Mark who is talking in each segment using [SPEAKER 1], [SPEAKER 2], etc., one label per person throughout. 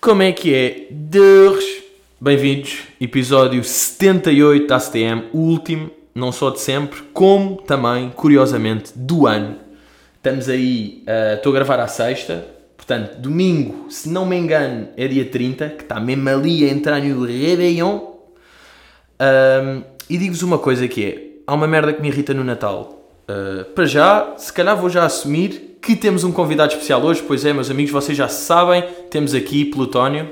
[SPEAKER 1] Como é que é? Deus! Bem-vindos, episódio 78 da ACTM, o último, não só de sempre, como também, curiosamente, do ano. Estamos aí, ah, estou a gravar à sexta, portanto, domingo, se não me engano, é dia 30, que está mesmo ali a entrar no Réveillon. Ahm, e digo-vos uma coisa que é, há uma merda que me irrita no Natal. Ah, para já, se calhar vou já assumir que temos um convidado especial hoje, pois é, meus amigos, vocês já sabem, temos aqui Plutónio.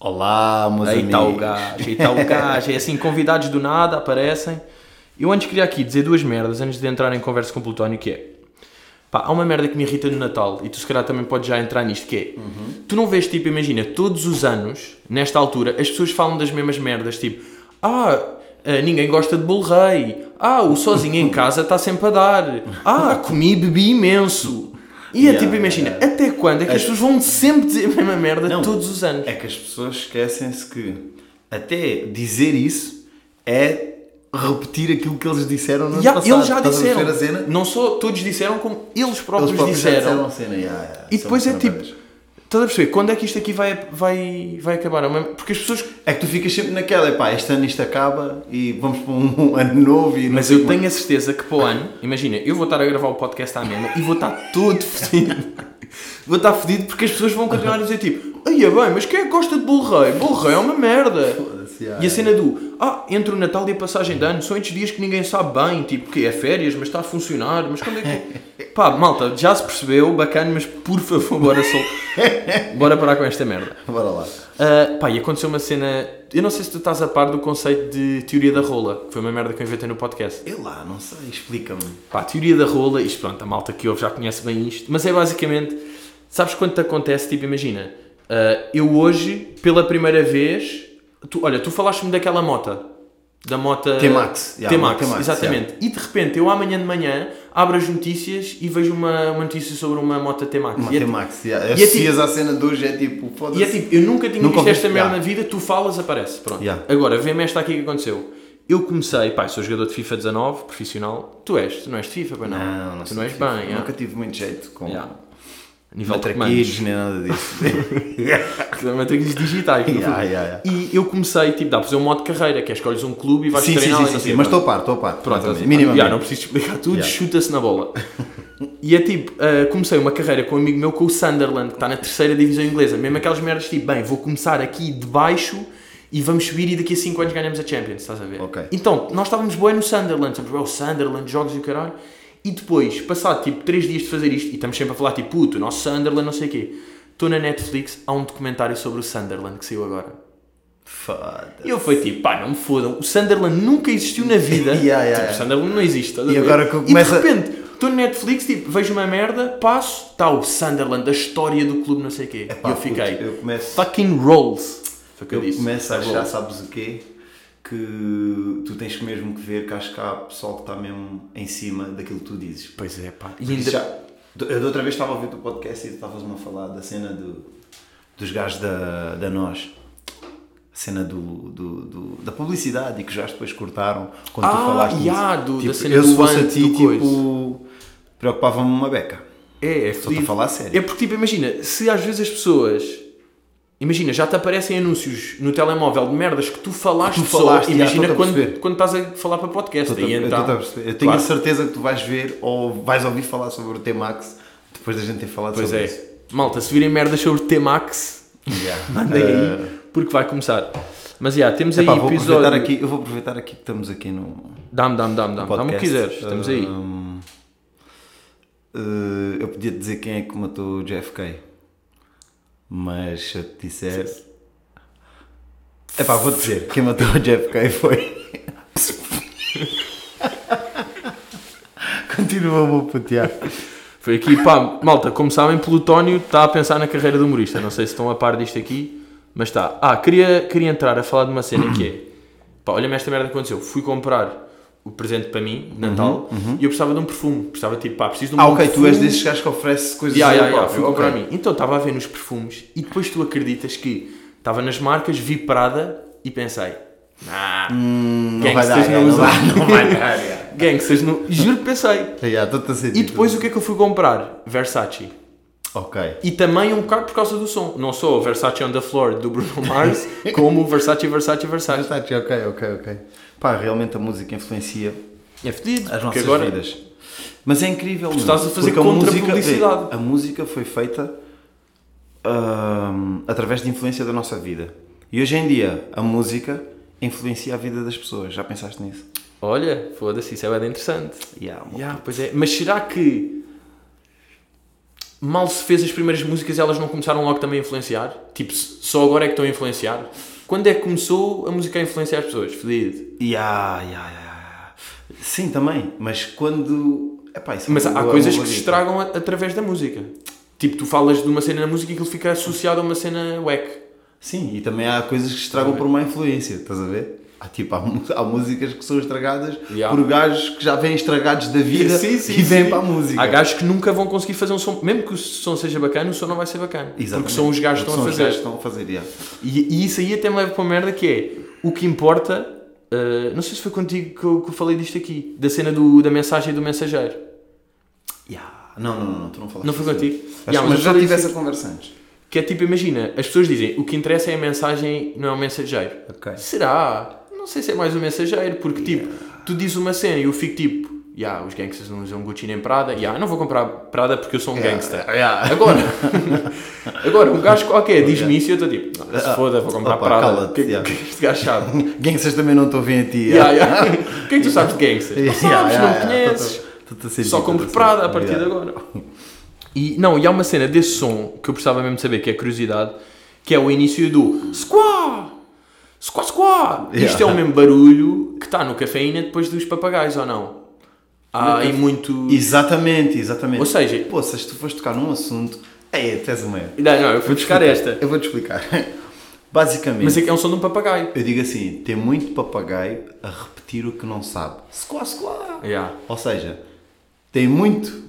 [SPEAKER 2] Olá, meus
[SPEAKER 1] Aí
[SPEAKER 2] amigos.
[SPEAKER 1] está o gajo, aí está o gajo. É assim, convidados do nada aparecem. Eu antes queria aqui dizer duas merdas, antes de entrar em conversa com o Plutónio, que é... Pá, há uma merda que me irrita no Natal, e tu se calhar também podes já entrar nisto, que é... Tu não vês, tipo, imagina, todos os anos, nesta altura, as pessoas falam das mesmas merdas, tipo... Ah, eh, ninguém gosta de bolo rei. Ah, o sozinho em casa está sempre a dar. Ah, comi e bebi imenso. E é
[SPEAKER 2] Yeah,
[SPEAKER 1] tipo, imagina, até quando é que as pessoas vão sempre dizer a mesma merda
[SPEAKER 2] Não.
[SPEAKER 1] todos os anos?
[SPEAKER 2] É que as pessoas esquecem-se que até dizer isso é repetir aquilo que eles disseram no ano
[SPEAKER 1] Ya,
[SPEAKER 2] passado.
[SPEAKER 1] eles já
[SPEAKER 2] Estás a
[SPEAKER 1] disseram.
[SPEAKER 2] ver a cena?
[SPEAKER 1] Não só todos disseram, como eles próprios,
[SPEAKER 2] Eles próprios já
[SPEAKER 1] disseram.
[SPEAKER 2] disseram a cena. ya, ya,
[SPEAKER 1] E
[SPEAKER 2] são
[SPEAKER 1] depois é
[SPEAKER 2] uma
[SPEAKER 1] tipo.
[SPEAKER 2] vez.
[SPEAKER 1] Estás a perceber? Quando é que isto aqui vai, vai, vai acabar? É uma- Porque as pessoas.
[SPEAKER 2] É que tu ficas sempre naquela, epá, este ano isto acaba e vamos para um ano novo e não
[SPEAKER 1] Mas
[SPEAKER 2] sei
[SPEAKER 1] eu
[SPEAKER 2] como.
[SPEAKER 1] tenho a certeza que para o ano, imagina, eu vou estar a gravar o podcast à mesma e vou estar todo fedido. Vou estar fedido porque as pessoas vão continuar a dizer tipo: Ai, é bem, mas quem é que gosta de bolo rei? Bolo rei é uma merda.
[SPEAKER 2] Foda-se, ya,
[SPEAKER 1] E a
[SPEAKER 2] ya.
[SPEAKER 1] cena do Ah, entre o Natal e a passagem de ano são estes dias que ninguém sabe bem, tipo que é férias, mas está a funcionar, mas quando é que. Pá, malta, já se percebeu, bacana, mas por favor, bora sol... Bora parar com esta merda.
[SPEAKER 2] Bora lá.
[SPEAKER 1] Ah, pá, e aconteceu uma cena. Eu não sei se tu estás a par do conceito de teoria da rola, que foi uma merda que eu inventei no podcast.
[SPEAKER 2] Eu lá, não sei, explica-me.
[SPEAKER 1] Pá, a teoria da rola, isto pronto, a malta que ouve já conhece bem isto, mas é basicamente, sabes quando te acontece, tipo, imagina, ah, eu hoje, pela primeira vez, tu, olha, tu falaste-me daquela mota, da mota...
[SPEAKER 2] T-Max, yeah,
[SPEAKER 1] T-Max,
[SPEAKER 2] T-Max,
[SPEAKER 1] exatamente. E de repente, eu amanhã de manhã, abro as notícias e vejo uma, uma notícia sobre uma mota T-Max. E é tipo-
[SPEAKER 2] Matemática. ya.
[SPEAKER 1] e é tipo-
[SPEAKER 2] Associas à cena de hoje, é tipo, foda-se.
[SPEAKER 1] e é tipo, eu nunca tinha
[SPEAKER 2] Nunca
[SPEAKER 1] visto
[SPEAKER 2] ouviste,
[SPEAKER 1] esta merda
[SPEAKER 2] já.
[SPEAKER 1] na vida, tu falas, aparece. Pronto.
[SPEAKER 2] Já.
[SPEAKER 1] Agora, vê-me esta aqui que aconteceu. Eu comecei, pá, sou jogador de FIFA 19, profissional. Tu és, tu não és de FIFA, pois não?
[SPEAKER 2] Não, não
[SPEAKER 1] tu
[SPEAKER 2] sei
[SPEAKER 1] não és
[SPEAKER 2] se
[SPEAKER 1] bem,
[SPEAKER 2] tive-
[SPEAKER 1] já.
[SPEAKER 2] Nunca tive muito jeito com
[SPEAKER 1] Já. Nível de comandos.
[SPEAKER 2] matraquilhos nem nada disso.
[SPEAKER 1] Matraquilhos digitais. no
[SPEAKER 2] Já,
[SPEAKER 1] fundo.
[SPEAKER 2] já, já.
[SPEAKER 1] E eu comecei, tipo, dá para fazer um modo de carreira, que é escolhes um clube e vais
[SPEAKER 2] sim, sim,
[SPEAKER 1] treinar.
[SPEAKER 2] sim,
[SPEAKER 1] e
[SPEAKER 2] sim,
[SPEAKER 1] não sei
[SPEAKER 2] sim, mas
[SPEAKER 1] quê.
[SPEAKER 2] estou a par, estou a par.
[SPEAKER 1] Pronto,
[SPEAKER 2] Exatamente.
[SPEAKER 1] assim,
[SPEAKER 2] minimamente.
[SPEAKER 1] já, não preciso explicar tudo,
[SPEAKER 2] Já.
[SPEAKER 1] chuta-se na bola. E é tipo, ah, comecei uma carreira com um amigo meu com o Sunderland, que está na terceira divisão inglesa. Mesmo aquelas merdas tipo, bem, vou começar aqui de baixo e vamos subir e daqui a 5 anos ganhamos a Champions, estás a ver?
[SPEAKER 2] Ok.
[SPEAKER 1] Então, nós estávamos bem no Sunderland, estamos bem o Sunderland, jogos e o caralho. E depois, passado tipo 3 dias de fazer isto, e estamos sempre a falar tipo, puto, o nosso Sunderland, não sei o quê. Estou na Netflix, há um documentário sobre o Sunderland que saiu agora.
[SPEAKER 2] Foda.
[SPEAKER 1] E eu fui tipo, pá, não me fodam, o Sunderland nunca existiu na vida.
[SPEAKER 2] Yeah, yeah,
[SPEAKER 1] tipo,
[SPEAKER 2] yeah.
[SPEAKER 1] o Sunderland não existe. estás a
[SPEAKER 2] E
[SPEAKER 1] ver?
[SPEAKER 2] agora que eu começo a-
[SPEAKER 1] E de repente, estou no Netflix, tipo, vejo uma merda, passo, está o Sunderland, a história do clube, não sei o quê.
[SPEAKER 2] Epá,
[SPEAKER 1] e eu fiquei,
[SPEAKER 2] puto, eu começo-
[SPEAKER 1] fucking rolls. Foi o que eu,
[SPEAKER 2] Eu
[SPEAKER 1] disse. Tá
[SPEAKER 2] começo a
[SPEAKER 1] Rolls.
[SPEAKER 2] achar, sabes o quê? Que tu tens mesmo que ver que acho que há pessoal que está mesmo em cima daquilo que tu dizes.
[SPEAKER 1] Pois é, pá. E
[SPEAKER 2] Isso
[SPEAKER 1] ainda...
[SPEAKER 2] Já, eu da outra vez estava a ouvir o teu podcast e tu estavas-me a falar da cena do, dos gajos da, da Nós. A cena do, do- do- da publicidade e que já depois cortaram quando tu
[SPEAKER 1] Ah,
[SPEAKER 2] falaste nisso.
[SPEAKER 1] já, do- da
[SPEAKER 2] Tipo,
[SPEAKER 1] cena
[SPEAKER 2] eu
[SPEAKER 1] do
[SPEAKER 2] se fosse a
[SPEAKER 1] antes,
[SPEAKER 2] ti,
[SPEAKER 1] do
[SPEAKER 2] tipo, preocupava-me uma beca.
[SPEAKER 1] É, é
[SPEAKER 2] Estou-te a
[SPEAKER 1] fodido.
[SPEAKER 2] falar a sério.
[SPEAKER 1] É porque, tipo, imagina, se às vezes as pessoas. Imagina, já te aparecem anúncios no telemóvel de merdas que tu falaste,
[SPEAKER 2] Que tu
[SPEAKER 1] pessoa,
[SPEAKER 2] falaste, já,
[SPEAKER 1] imagina
[SPEAKER 2] estou-te a
[SPEAKER 1] quando,
[SPEAKER 2] perceber.
[SPEAKER 1] quando estás a falar para podcast.
[SPEAKER 2] Estou-te a-
[SPEAKER 1] e
[SPEAKER 2] eu
[SPEAKER 1] então,
[SPEAKER 2] estou-te a perceber. Eu tenho
[SPEAKER 1] Claro.
[SPEAKER 2] a certeza que tu vais ver ou vais ouvir falar sobre o T-Max depois da gente ter falado
[SPEAKER 1] Pois
[SPEAKER 2] sobre
[SPEAKER 1] é.
[SPEAKER 2] isso.
[SPEAKER 1] Malta, se virem merdas sobre T-Max, mandem
[SPEAKER 2] Eh,
[SPEAKER 1] aí, porque vai começar. Mas já, temos aí
[SPEAKER 2] epá, vou
[SPEAKER 1] episódio.
[SPEAKER 2] aproveitar aqui, eu vou aproveitar aqui que estamos aqui no,
[SPEAKER 1] Dá-me, dá-me, dá-me, dá-me. Dá-me o que
[SPEAKER 2] podcast.
[SPEAKER 1] quiseres, estamos aí.
[SPEAKER 2] Hum, eh, eu podia te dizer quem é que matou o JFK, mas se eu te disser. É pá, vou dizer. Quem matou o JFK foi. Continua, vou putear.
[SPEAKER 1] Foi aqui, pá, malta, como sabem, Plutónio está a pensar na carreira de humorista. Não sei se estão a par disto aqui, mas está. Ah, queria, queria entrar a falar de uma cena que é. Pá, olha-me esta merda que aconteceu. Fui comprar o presente para mim, de Natal, e eu precisava de um perfume. Precisava, tipo, pá, preciso de um
[SPEAKER 2] Uhum, Ah,
[SPEAKER 1] bom
[SPEAKER 2] ok, tu
[SPEAKER 1] perfume.
[SPEAKER 2] és desses gajos que oferece coisas.
[SPEAKER 1] Ya, ya,
[SPEAKER 2] ao
[SPEAKER 1] ya,
[SPEAKER 2] próprio,
[SPEAKER 1] fui
[SPEAKER 2] ok.
[SPEAKER 1] comprar a mim. Então estava a ver nos perfumes e depois tu acreditas que estava nas marcas, vi Prada e pensei. Ah,
[SPEAKER 2] Hum, Não vai dar, é,
[SPEAKER 1] gangsters não
[SPEAKER 2] não
[SPEAKER 1] usam.
[SPEAKER 2] vai, não vai dar. é. yeah.
[SPEAKER 1] Gangsters não. Juro que pensei.
[SPEAKER 2] Yeah, estou-te a sentir
[SPEAKER 1] E depois
[SPEAKER 2] tudo.
[SPEAKER 1] o que é que eu fui comprar? Versace.
[SPEAKER 2] Ok.
[SPEAKER 1] E também um bocado por causa do som. Não só o Versace on the Floor do Bruno Mars, como o Versace, Versace, Versace.
[SPEAKER 2] Versace, ok, ok, ok. Pá, realmente a música influencia
[SPEAKER 1] É fedido.
[SPEAKER 2] as
[SPEAKER 1] porque
[SPEAKER 2] nossas
[SPEAKER 1] agora
[SPEAKER 2] vidas. Mas é incrível. Tu
[SPEAKER 1] estás a fazer contra-publicidade.
[SPEAKER 2] É, A música foi feita ahm, através de influência da nossa vida. E hoje em dia, a música influencia a vida das pessoas. Já pensaste nisso?
[SPEAKER 1] Olha, foda-se, isso é bem interessante.
[SPEAKER 2] Yeah, mo-
[SPEAKER 1] Yeah, pois é. Mas será que mal se fez as primeiras músicas elas não começaram logo também a influenciar? Tipo, s- só agora é que estão a influenciar? Quando é que começou a música a influenciar as pessoas? Fedido.
[SPEAKER 2] Yeah, yeah, yeah. Sim, também. Mas quando. Epá, isso é
[SPEAKER 1] Mas há,
[SPEAKER 2] uma
[SPEAKER 1] há
[SPEAKER 2] boa-
[SPEAKER 1] coisas
[SPEAKER 2] uma
[SPEAKER 1] que se
[SPEAKER 2] boa dica.
[SPEAKER 1] estragam a- através da música. Tipo, tu falas de uma cena na música e aquilo fica associado a uma cena wack.
[SPEAKER 2] Sim, e também há coisas que se estragam por má influência. Estás a ver? Há, tipo, há, mu- há músicas que são estragadas
[SPEAKER 1] Yeah.
[SPEAKER 2] por gajos que já vêm estragados da vida
[SPEAKER 1] um- Sim, sim,
[SPEAKER 2] e vêm
[SPEAKER 1] sim.
[SPEAKER 2] para a música.
[SPEAKER 1] Há gajos que nunca vão conseguir fazer um som, mesmo que o som seja bacana, o som não vai ser bacana. Porque são os gajos que
[SPEAKER 2] Porque
[SPEAKER 1] estão a
[SPEAKER 2] são os gajos
[SPEAKER 1] fazer.
[SPEAKER 2] que estão a fazer, yeah.
[SPEAKER 1] E, e isso aí até me leva para uma merda que é o que importa. eh, não sei se foi contigo que eu, que eu falei disto aqui, da cena do, da mensagem do mensageiro.
[SPEAKER 2] Yeah. Não, não, não, não, tu não falaste.
[SPEAKER 1] Não foi
[SPEAKER 2] disso.
[SPEAKER 1] contigo? Yeah,
[SPEAKER 2] Acho que-
[SPEAKER 1] mas
[SPEAKER 2] mas
[SPEAKER 1] eu
[SPEAKER 2] já
[SPEAKER 1] falei
[SPEAKER 2] tive
[SPEAKER 1] isso
[SPEAKER 2] essa conversa antes.
[SPEAKER 1] Que é tipo, imagina, as pessoas dizem o que interessa é a mensagem, não é o mensageiro.
[SPEAKER 2] Ok.
[SPEAKER 1] Será? Não sei se é mais o mensageiro, porque tipo, tu dizes uma cena e eu fico tipo, yeah, os gangsters não usam Gucci nem Prada, yeah, não vou comprar Prada porque eu sou um gangster. Agora, agora, um gajo qualquer diz-me isso e eu estou tipo, "Não, se foda, vou comprar
[SPEAKER 2] Ah, Opa,
[SPEAKER 1] Prada.
[SPEAKER 2] cala-te,
[SPEAKER 1] O que,
[SPEAKER 2] yeah.
[SPEAKER 1] que este gajo sabe?
[SPEAKER 2] Gangsters também não estou a ver a ti.
[SPEAKER 1] Yeah, yeah. O que é que tu sabes de gangsters? Não sabes, não me conheces. Só compro Prada a partir de agora. E não, e há uma cena desse som que eu precisava mesmo de saber, que é curiosidade, que é o início do squaw! Squaw squaw! Isto é o
[SPEAKER 2] Yeah.
[SPEAKER 1] mesmo barulho que está no cafeína depois dos papagaios, ou não? Há aí muito.
[SPEAKER 2] Exatamente, exatamente.
[SPEAKER 1] Ou seja-
[SPEAKER 2] Poça, se tu fores tocar num assunto. É, tu és o maior.
[SPEAKER 1] Não, não, eu fui buscar esta.
[SPEAKER 2] Eu vou-te explicar. Basicamente,
[SPEAKER 1] Mas é que é um som de um papagaio.
[SPEAKER 2] eu digo assim: tem muito papagaio a repetir o que não sabe. Squaw, squaw.
[SPEAKER 1] Yeah.
[SPEAKER 2] Ou seja, tem muito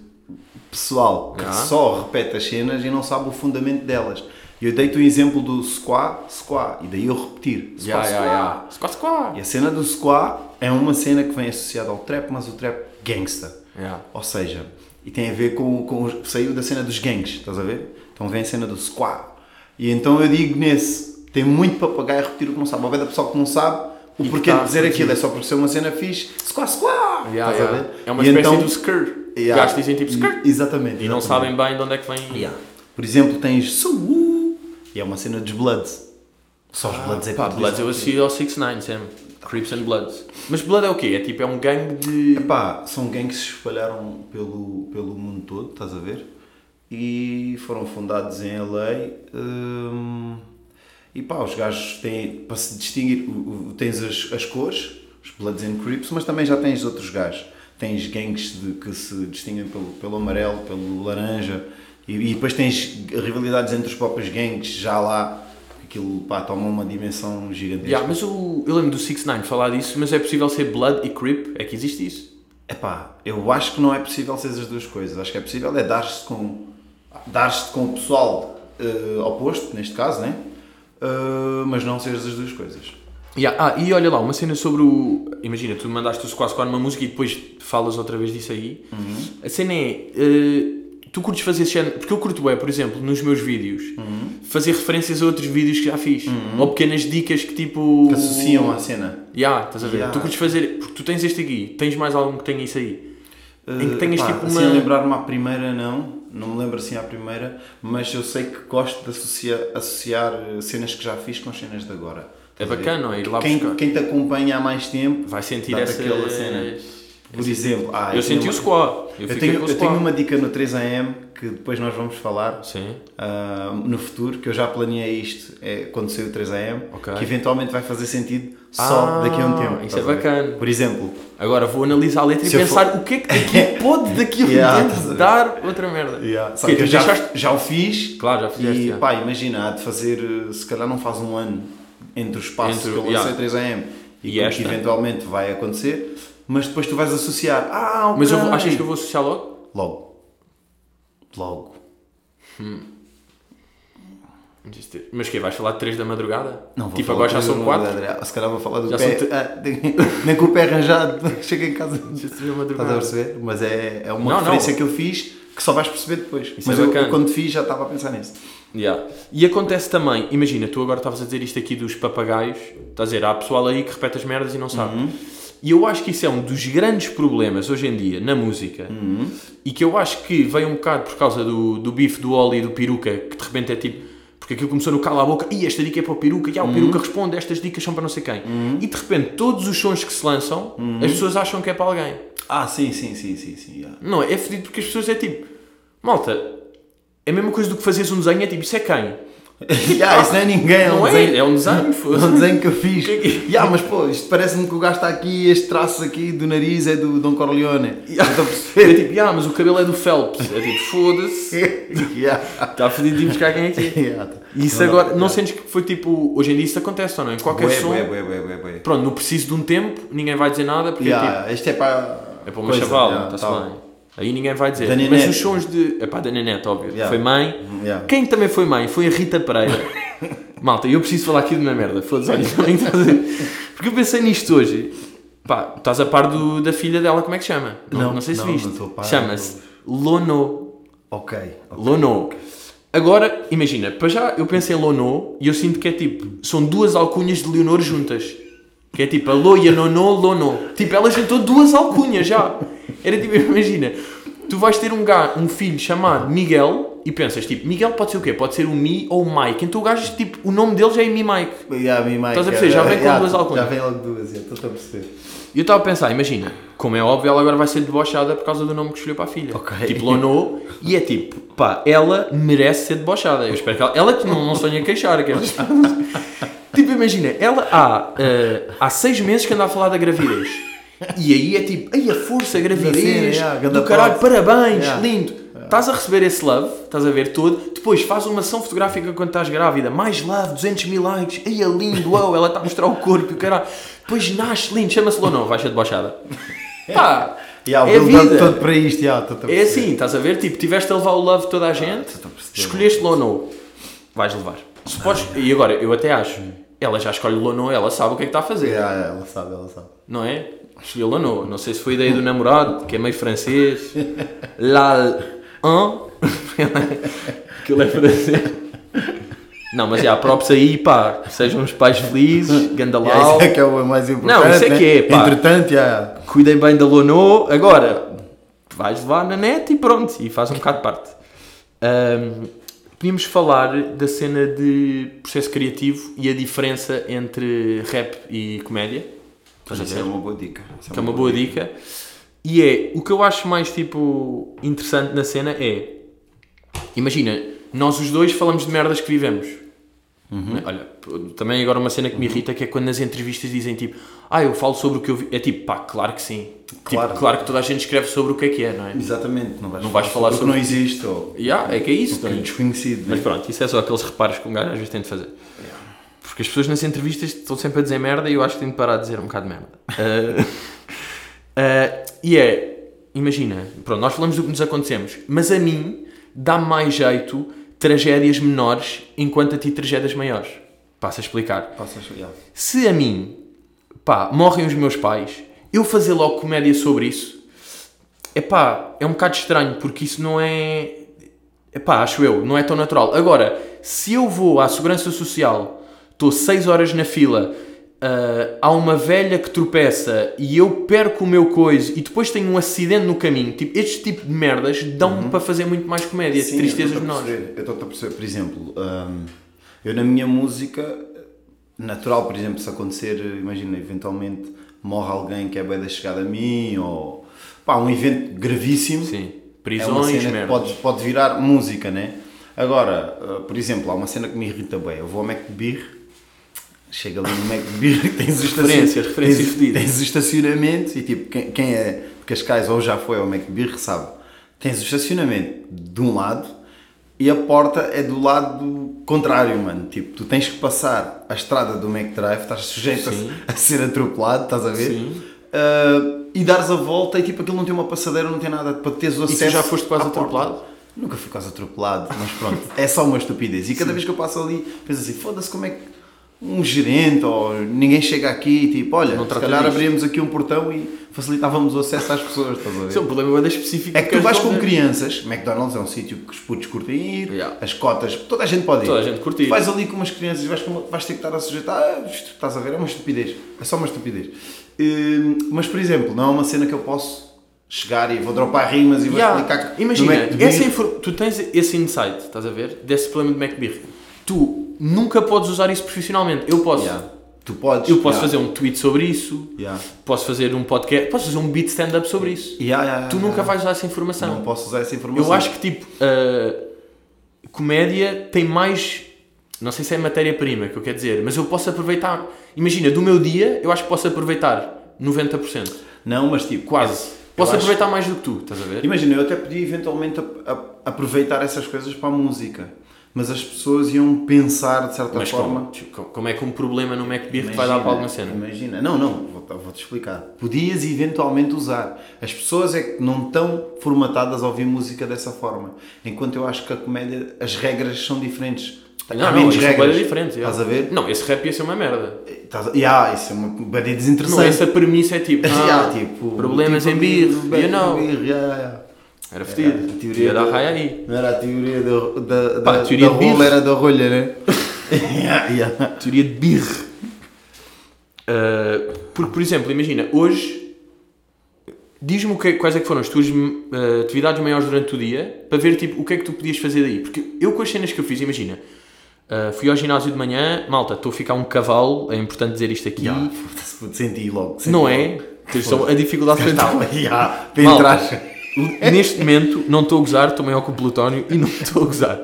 [SPEAKER 2] pessoal que
[SPEAKER 1] Já.
[SPEAKER 2] só repete as cenas e não sabe o fundamento delas. E eu dei-te o exemplo do squaw, squaw, e daí eu repetir. Squaw,
[SPEAKER 1] Yeah, yeah,
[SPEAKER 2] squaw.
[SPEAKER 1] yeah. Squaw squaw!
[SPEAKER 2] E a cena do squaw é uma cena que vem associada ao trap, mas o trap gangsta.
[SPEAKER 1] Yeah.
[SPEAKER 2] Ou seja, e tem a ver com, com os- saiu da cena dos gangues, estás a ver? Então vem a cena do squaw. E então eu digo nesse, tem muito papagaio a repetir o que não sabe. Ao ver da pessoa que não sabe o
[SPEAKER 1] que
[SPEAKER 2] porquê
[SPEAKER 1] tá
[SPEAKER 2] de dizer
[SPEAKER 1] a
[SPEAKER 2] aquilo, é só porque ser uma cena fixe, squaw, squaw!
[SPEAKER 1] Yeah,
[SPEAKER 2] estás
[SPEAKER 1] yeah.
[SPEAKER 2] a ver?
[SPEAKER 1] É uma
[SPEAKER 2] E
[SPEAKER 1] espécie
[SPEAKER 2] então-
[SPEAKER 1] do skr. Os
[SPEAKER 2] Yeah.
[SPEAKER 1] gajos dizem tipo skr.
[SPEAKER 2] E- Exatamente.
[SPEAKER 1] E não
[SPEAKER 2] exatamente.
[SPEAKER 1] sabem bem de onde é que vem.
[SPEAKER 2] Yeah. Por exemplo, tens Suu, e é uma cena dos Bloods. Só os Bloods é
[SPEAKER 1] Ah, Pá,
[SPEAKER 2] que
[SPEAKER 1] Bloods
[SPEAKER 2] utilizam.
[SPEAKER 1] eu associo ao 6ix9ine sempre. Crips and Bloods. Mas Blood é o quê? É tipo, é um gangue de...
[SPEAKER 2] Epá, são gangues que se espalharam pelo, pelo mundo todo, estás a ver? E foram fundados em LA. hum, e pá, os gajos têm, para se distinguir, o- o- tens as, as cores, os Bloods and Crips, mas também já tens outros gajos. Tens gangues de- que se distinguem pelo, pelo amarelo, pelo laranja, e, e depois tens rivalidades entre os próprios gangues, já lá, aquilo pá, toma uma dimensão gigantesca.
[SPEAKER 1] Yeah, mas o, eu lembro do 6ix9ine falar disso, mas é possível ser Blood e Crip? É que existe isso?
[SPEAKER 2] Epá, eu acho que não é possível ser as duas coisas. Acho que é possível é dar-se com, dar-se com o pessoal eh, oposto, neste caso, né? Eh, mas não seres as duas coisas.
[SPEAKER 1] Yeah, Ah, e olha lá, uma cena sobre o... Imagina, tu mandaste o Squad Squad numa música e depois falas outra vez disso aí. A cena é... eh, tu curtes fazer cena... Porque eu curto bem, por exemplo, nos meus vídeos, fazer referências a outros vídeos que já fiz. Ou pequenas dicas Uhum. que tipo...
[SPEAKER 2] Que associam à cena.
[SPEAKER 1] Ya, estás a ver?
[SPEAKER 2] Ya.
[SPEAKER 1] Tu curtes fazer. Porque tu tens este aqui, tens mais algum que tenha isso aí. Em que
[SPEAKER 2] Eh,
[SPEAKER 1] tenhas
[SPEAKER 2] epá,
[SPEAKER 1] tipo
[SPEAKER 2] assim,
[SPEAKER 1] uma-
[SPEAKER 2] a lembrar-me à primeira, não. Não me lembro assim à primeira, mas eu sei que gosto de associar, associar eh, cenas que já fiz com cenas de agora.
[SPEAKER 1] É
[SPEAKER 2] Estás a ver?
[SPEAKER 1] bacana, não é? ir lá
[SPEAKER 2] Quem,
[SPEAKER 1] buscar.
[SPEAKER 2] quem te acompanha há mais tempo
[SPEAKER 1] Vai sentir
[SPEAKER 2] dá-te
[SPEAKER 1] essa.
[SPEAKER 2] aquela cena. Por exemplo, ah,
[SPEAKER 1] eu
[SPEAKER 2] tenho
[SPEAKER 1] senti o
[SPEAKER 2] uma-
[SPEAKER 1] squat. Eu,
[SPEAKER 2] Eu
[SPEAKER 1] fiquei
[SPEAKER 2] tenho,
[SPEAKER 1] com o
[SPEAKER 2] eu
[SPEAKER 1] squat.
[SPEAKER 2] tenho uma dica no 3AM que depois nós vamos falar
[SPEAKER 1] Sim.
[SPEAKER 2] ah, no futuro, que eu já planeei isto é, quando saiu o 3AM,
[SPEAKER 1] Ok.
[SPEAKER 2] que eventualmente vai fazer sentido só
[SPEAKER 1] Ah,
[SPEAKER 2] daqui a um tempo.
[SPEAKER 1] isso é
[SPEAKER 2] estás a ver?
[SPEAKER 1] bacana.
[SPEAKER 2] Por exemplo,
[SPEAKER 1] Agora vou analisar a letra
[SPEAKER 2] Se
[SPEAKER 1] e
[SPEAKER 2] eu
[SPEAKER 1] pensar o que é que aqui pode daqui a um
[SPEAKER 2] Ya, estás a
[SPEAKER 1] tempo
[SPEAKER 2] ver?
[SPEAKER 1] dar outra merda.
[SPEAKER 2] só
[SPEAKER 1] Porque
[SPEAKER 2] que eu
[SPEAKER 1] tu
[SPEAKER 2] já,
[SPEAKER 1] deixaste-
[SPEAKER 2] já o fiz.
[SPEAKER 1] Claro, já fizeste,
[SPEAKER 2] E
[SPEAKER 1] já.
[SPEAKER 2] pá, imagina, há de fazer, eh, se calhar não faz um ano entre o espaço
[SPEAKER 1] Entre-
[SPEAKER 2] que eu
[SPEAKER 1] yeah.
[SPEAKER 2] lancei 3AM
[SPEAKER 1] E
[SPEAKER 2] e, com o
[SPEAKER 1] esta.
[SPEAKER 2] que eventualmente vai acontecer, mas depois tu vais associar. Ah, ok.
[SPEAKER 1] Mas eu vou, achas que eu vou associar logo?
[SPEAKER 2] Logo. Logo.
[SPEAKER 1] Desistir. Mas que Vais falar de 3 da madrugada?
[SPEAKER 2] Não vou
[SPEAKER 1] tipo,
[SPEAKER 2] falar
[SPEAKER 1] agora já
[SPEAKER 2] de
[SPEAKER 1] são
[SPEAKER 2] uma
[SPEAKER 1] 4?
[SPEAKER 2] verdadeira- Se calhar vou falar do
[SPEAKER 1] Já
[SPEAKER 2] pé.
[SPEAKER 1] são te-
[SPEAKER 2] Ah, nem com o pé arranjado, chego em casa.
[SPEAKER 1] Desistir da
[SPEAKER 2] Estás a
[SPEAKER 1] madrugada.
[SPEAKER 2] perceber? Mas é, é uma
[SPEAKER 1] Não, não.
[SPEAKER 2] referência que eu fiz que só vais perceber depois.
[SPEAKER 1] é
[SPEAKER 2] Mas eu,
[SPEAKER 1] bacana.
[SPEAKER 2] eu quando fiz já estava a pensar nisso.
[SPEAKER 1] Yeah. E acontece também, imagina, tu agora estavas a dizer isto aqui dos papagaios, estás a dizer, há pessoal aí que repete as merdas e não sabe. E eu acho que isso é um dos grandes problemas hoje em dia na música e que eu acho que veio um bocado por causa do, do bife, do óleo e do peruca, que de repente é tipo. Porque aquilo começou no cala a boca, e esta dica é para o peruca, e ah, o peruca responde, estas dicas são para não sei quem. E de repente, todos os sons que se lançam, as pessoas acham que é para alguém.
[SPEAKER 2] Ah, sim, sim, sim, sim, sim. yeah.
[SPEAKER 1] Não, é fedido porque as pessoas é tipo, malta, é a mesma coisa do que fazeres um desenho, é tipo, isso é quem?
[SPEAKER 2] Yeah, isso não é ninguém, é um
[SPEAKER 1] Não é?
[SPEAKER 2] desenho.
[SPEAKER 1] É um desenho,
[SPEAKER 2] É um
[SPEAKER 1] foda-se.
[SPEAKER 2] desenho que eu fiz.
[SPEAKER 1] Que que-
[SPEAKER 2] Yeah, mas pô, isto parece-me que o gajo está aqui, este traço aqui do nariz é do Dom Corleone. Estou a
[SPEAKER 1] É
[SPEAKER 2] perceber.
[SPEAKER 1] tipo, ah, mas o cabelo é do Phelps. É tipo, foda-se.
[SPEAKER 2] yeah.
[SPEAKER 1] Está fedido de ir buscar quem é que é.
[SPEAKER 2] Yeah.
[SPEAKER 1] E isso agora, não sentes que foi tipo, hoje em dia isso acontece ou não? Em qualquer
[SPEAKER 2] Bué,
[SPEAKER 1] som,
[SPEAKER 2] bué, bué, bué, bué, bué.
[SPEAKER 1] pronto, não preciso de um tempo, ninguém vai dizer nada, porque é tipo,
[SPEAKER 2] Yeah, Este é para.
[SPEAKER 1] é para uma
[SPEAKER 2] coisa,
[SPEAKER 1] chavala,
[SPEAKER 2] yeah,
[SPEAKER 1] está-se
[SPEAKER 2] tal.
[SPEAKER 1] bem. Aí ninguém vai dizer.
[SPEAKER 2] Da
[SPEAKER 1] mas
[SPEAKER 2] Nenete.
[SPEAKER 1] os sons de. É pá, da Nenete, óbvio.
[SPEAKER 2] Yeah. Mm,
[SPEAKER 1] Foi mãe.
[SPEAKER 2] Yeah.
[SPEAKER 1] Quem também foi mãe? Foi a Rita Pereira. Malta, eu preciso falar aqui de uma merda. Foda-se, olha, também estás a ver. Porque eu pensei nisto hoje. Pá, estás a par do- da filha dela, como é que chama?
[SPEAKER 2] Não,
[SPEAKER 1] não sei se
[SPEAKER 2] não,
[SPEAKER 1] viste.
[SPEAKER 2] não estou a par,
[SPEAKER 1] Chama-se Lono.
[SPEAKER 2] Ok. ok.
[SPEAKER 1] Lono. Agora, imagina, para já eu penso em Lono e eu sinto que é tipo, são duas alcunhas de Leonor juntas. Que é tipo a Lo e a Nono, Lono. Tipo, ela juntou duas alcunhas já. Era tipo, imagina, tu vais ter um, ga, um filho chamado Miguel e pensas tipo, Miguel pode ser o quê? Pode ser o Mi ou o Mike. Então o gajo, tipo, o nome dele já é Mi Mike.
[SPEAKER 2] Yeah, me, Mike,
[SPEAKER 1] Estás a perceber? Já vem com
[SPEAKER 2] yeah, tipo,
[SPEAKER 1] duas alcunhas.
[SPEAKER 2] Já vem logo duas, yeah, estou a perceber.
[SPEAKER 1] E eu estava a pensar, imagina, como é óbvio, ela agora vai ser debochada por causa do nome que escolheu para a filha.
[SPEAKER 2] Ok.
[SPEAKER 1] Tipo, Lono, e é tipo, pá, ela merece ser debochada. Eu espero que ela, ela que não, não sonha queixar, que é- Tipo, imagina, ela há, eh, há seis meses que anda a falar da gravidez. E aí é tipo, ai a força, a gravidez,
[SPEAKER 2] cena, yeah, ganda
[SPEAKER 1] do caralho,
[SPEAKER 2] props.
[SPEAKER 1] parabéns,
[SPEAKER 2] Yeah.
[SPEAKER 1] lindo. Estás a receber esse love, estás a ver todo, depois faz uma ação fotográfica quando estás grávida, mais love, 200 mil likes, ai é lindo, uau, ela está a mostrar o corpo e o caralho. Depois nasce lindo, chama-se Lono, vais ser debochada. Pá,
[SPEAKER 2] Yeah,
[SPEAKER 1] é
[SPEAKER 2] o build-up
[SPEAKER 1] vida.
[SPEAKER 2] um todo para isto, yeah, estou a
[SPEAKER 1] É
[SPEAKER 2] perceber.
[SPEAKER 1] assim, estás a ver? Tipo, tiveste a levar o love de
[SPEAKER 2] Ah,
[SPEAKER 1] toda a gente,
[SPEAKER 2] estou a perceber.
[SPEAKER 1] escolheste Lono, vais levar. Se podes, e agora, eu até acho, ela já escolhe Lono, ela sabe o que é que está a fazer,
[SPEAKER 2] Yeah, yeah, ela sabe, ela sabe.
[SPEAKER 1] não é? Escolheu Lono, não sei se foi ideia do namorado, que é meio francês, Lal hein? aquilo é francês. Não, mas já, props aí, pá, sejam os pais felizes,
[SPEAKER 2] Yeah,
[SPEAKER 1] Gandalau,
[SPEAKER 2] isso é que é o mais importante.
[SPEAKER 1] Não, isso é que é,
[SPEAKER 2] né?
[SPEAKER 1] pá.
[SPEAKER 2] Entretanto, yeah,
[SPEAKER 1] cuidem bem da Lono, agora vais levar na net e pronto, e faz um bocado de parte. Ahm, podíamos falar da cena de processo criativo e a diferença entre rap e comédia. Estás a
[SPEAKER 2] Isso
[SPEAKER 1] ver?
[SPEAKER 2] é uma boa dica. Isso
[SPEAKER 1] que é uma boa dica. E é, o que eu acho mais tipo interessante na cena é, imagina, nós os dois falamos de merdas que vivemos.
[SPEAKER 2] Uhum.
[SPEAKER 1] Né? Olha, p- também agora uma cena que me irrita que é quando nas entrevistas dizem tipo, ah, eu falo sobre o que eu vi. É tipo, pá, claro que sim. Tipo,
[SPEAKER 2] Claro. Uhum.
[SPEAKER 1] claro que toda a gente escreve sobre o que é que é, não é?
[SPEAKER 2] Exatamente, não vais,
[SPEAKER 1] Não vais falar
[SPEAKER 2] sobre o que não existe ou
[SPEAKER 1] Yeah, é que é isso,
[SPEAKER 2] que
[SPEAKER 1] não
[SPEAKER 2] é
[SPEAKER 1] é?
[SPEAKER 2] desconhecido.
[SPEAKER 1] Mas
[SPEAKER 2] né?
[SPEAKER 1] pronto, isso é só aqueles reparos que um gajo às vezes tem de fazer. Porque as pessoas nas entrevistas estão sempre a dizer merda e eu acho que tenho de parar de dizer um bocado de merda. Ah, ah, e é, imagina, pronto, nós falamos do que nos acontecemos, mas a mim dá mais jeito tragédias menores enquanto a ti tragédias maiores. Passo a explicar.
[SPEAKER 2] Passas, yeah.
[SPEAKER 1] Se a mim, pá, morrem os meus pais, eu fazer logo comédia sobre isso, é pá, é um bocado estranho, porque isso não é. É pá, acho eu, não é tão natural. Agora, se eu vou à Segurança Social, estou 6 horas na fila, ah, há uma velha que tropeça e eu perco o meu coisa e depois tenho um acidente no caminho, tipo, este tipo de merdas dão-me para fazer muito mais comédia,
[SPEAKER 2] Uhum. Sim,
[SPEAKER 1] tristezas
[SPEAKER 2] eu estou-te a
[SPEAKER 1] menores.
[SPEAKER 2] perceber, Eu estou a perceber, por exemplo, hum, eu na minha música, natural, por exemplo, se acontecer, imagina, eventualmente morre alguém que é bem da chegada a mim ou pá, um evento gravíssimo.
[SPEAKER 1] Sim,
[SPEAKER 2] é uma
[SPEAKER 1] prisões,
[SPEAKER 2] cena que
[SPEAKER 1] merdas.
[SPEAKER 2] pode, pode virar música, né? Agora, uh, por exemplo, há uma cena que me irrita bem. Eu vou ao McBeer, chega ali no McBeer, tens os
[SPEAKER 1] Referências, referências
[SPEAKER 2] tens,
[SPEAKER 1] fodidas.
[SPEAKER 2] tens o estacionamento e tipo, quem, quem é de Cascais ou já foi ao McBeer sabe. Tens o estacionamento de um lado e a porta é do lado contrário, mano. Tipo, tu tens que passar a estrada do McDrive, estás sujeito a, a ser atropelado, estás a ver? Eh,
[SPEAKER 1] Sim.
[SPEAKER 2] Uh, e dares a volta e tipo aquilo não tem uma passadeira, não tem nada, para teres o
[SPEAKER 1] tu
[SPEAKER 2] acesso
[SPEAKER 1] já foste quase
[SPEAKER 2] à porta.
[SPEAKER 1] atropelado?
[SPEAKER 2] Nunca fui quase atropelado, mas pronto, é só uma estupidez. E cada vez que eu passo ali, penso assim, foda-se, como é que um gerente ou ninguém chega aqui e tipo, olha,
[SPEAKER 1] Não
[SPEAKER 2] se
[SPEAKER 1] trata
[SPEAKER 2] calhar
[SPEAKER 1] disto.
[SPEAKER 2] abríamos aqui um portão e facilitávamos o acesso às pessoas, estás a ver?
[SPEAKER 1] Isso é um problema bem específico. um,
[SPEAKER 2] É que tu
[SPEAKER 1] queres
[SPEAKER 2] vais com
[SPEAKER 1] resolver.
[SPEAKER 2] crianças, McDonald's é um sítio que os putos curtem ir,
[SPEAKER 1] Yeah.
[SPEAKER 2] as cotas, toda a gente pode ir.
[SPEAKER 1] Toda a gente curte ir.
[SPEAKER 2] Tu Vais ali com umas crianças, vais, com- vais ter que estar a sujeitar, ah, isto, estás a ver, é uma estupidez, é só uma estupidez. Hum, mas, por exemplo, não é uma cena que eu posso chegar e vou dropar rimas e vou
[SPEAKER 1] Yeah.
[SPEAKER 2] explicar... que-
[SPEAKER 1] Imagina,
[SPEAKER 2] no McDonald's-
[SPEAKER 1] essa infor- tu tens esse insight, estás a ver? Desse problema de McBeer. Tu nunca podes usar isso profissionalmente. Eu posso.
[SPEAKER 2] Yeah. Tu podes...
[SPEAKER 1] Eu posso
[SPEAKER 2] yeah.
[SPEAKER 1] fazer um tweet sobre isso.
[SPEAKER 2] Yeah.
[SPEAKER 1] Posso fazer um podcast. Posso fazer um beat stand-up sobre isso.
[SPEAKER 2] Yeah, yeah, yeah,
[SPEAKER 1] Tu nunca
[SPEAKER 2] yeah.
[SPEAKER 1] vais usar essa informação.
[SPEAKER 2] Ah. Não posso usar essa informação.
[SPEAKER 1] Eu acho que tipo, a comédia tem mais. Não sei se é matéria-prima que eu quero dizer, mas eu posso aproveitar. Imagina, do meu dia, eu acho que posso aproveitar 90%.
[SPEAKER 2] Não, mas tipo...
[SPEAKER 1] Quase.
[SPEAKER 2] eu
[SPEAKER 1] Posso
[SPEAKER 2] acho-
[SPEAKER 1] aproveitar mais do que tu, estás a ver?
[SPEAKER 2] Imagina, eu até podia eventualmente ap- ap- aproveitar essas coisas para a música, mas as pessoas iam pensar de certa
[SPEAKER 1] Mas
[SPEAKER 2] forma.
[SPEAKER 1] como, tipo, como é que um problema no MacBeer te vai dar para alguma cena?
[SPEAKER 2] Imagina, não, não, vou- tá, vou-te explicar. Podias eventualmente usar. As pessoas é que não estão formatadas a ouvir música dessa forma. Enquanto eu acho que a comédia, as regras são diferentes. Há
[SPEAKER 1] Não, não,
[SPEAKER 2] menos
[SPEAKER 1] isso é
[SPEAKER 2] Tá regras.
[SPEAKER 1] bué diferente. já.
[SPEAKER 2] Estás a ver?
[SPEAKER 1] Não, esse rap ia ser uma merda.
[SPEAKER 2] Estás a... Yeah, isso é uma comédia
[SPEAKER 1] Não,
[SPEAKER 2] desinteressante.
[SPEAKER 1] essa premissa é tipo, ah,
[SPEAKER 2] Yeah, tipo,
[SPEAKER 1] problemas
[SPEAKER 2] tipo,
[SPEAKER 1] em birro,
[SPEAKER 2] birro,
[SPEAKER 1] you know.
[SPEAKER 2] birro, yeah, yeah.
[SPEAKER 1] Era
[SPEAKER 2] Era É, a
[SPEAKER 1] fedido.
[SPEAKER 2] teoria
[SPEAKER 1] Ia dar
[SPEAKER 2] do-
[SPEAKER 1] raia aí.
[SPEAKER 2] Não era a teoria do- da, da,
[SPEAKER 1] Pá, a teoria
[SPEAKER 2] da
[SPEAKER 1] de birra.
[SPEAKER 2] rola, era da rolha, né? yeah, yeah.
[SPEAKER 1] Teoria de birre. Uh, porque, por exemplo, imagina, hoje diz-me o que é- quais é que foram as tuas hum, uh, atividades maiores durante o dia para ver tipo, o que é que tu podias fazer daí. Porque eu com as cenas que eu fiz, imagina, uh, fui ao ginásio de manhã, malta, estou a ficar um cavalo, é importante dizer isto aqui.
[SPEAKER 2] Yeah, foda-se, puto, Senti logo. senti
[SPEAKER 1] Não
[SPEAKER 2] logo.
[SPEAKER 1] é? Tens só a dificuldade de
[SPEAKER 2] Estava yeah, para
[SPEAKER 1] Malta,
[SPEAKER 2] entrar.
[SPEAKER 1] Neste momento não estou a gozar, estou maior que o plutónio e não estou a gozar.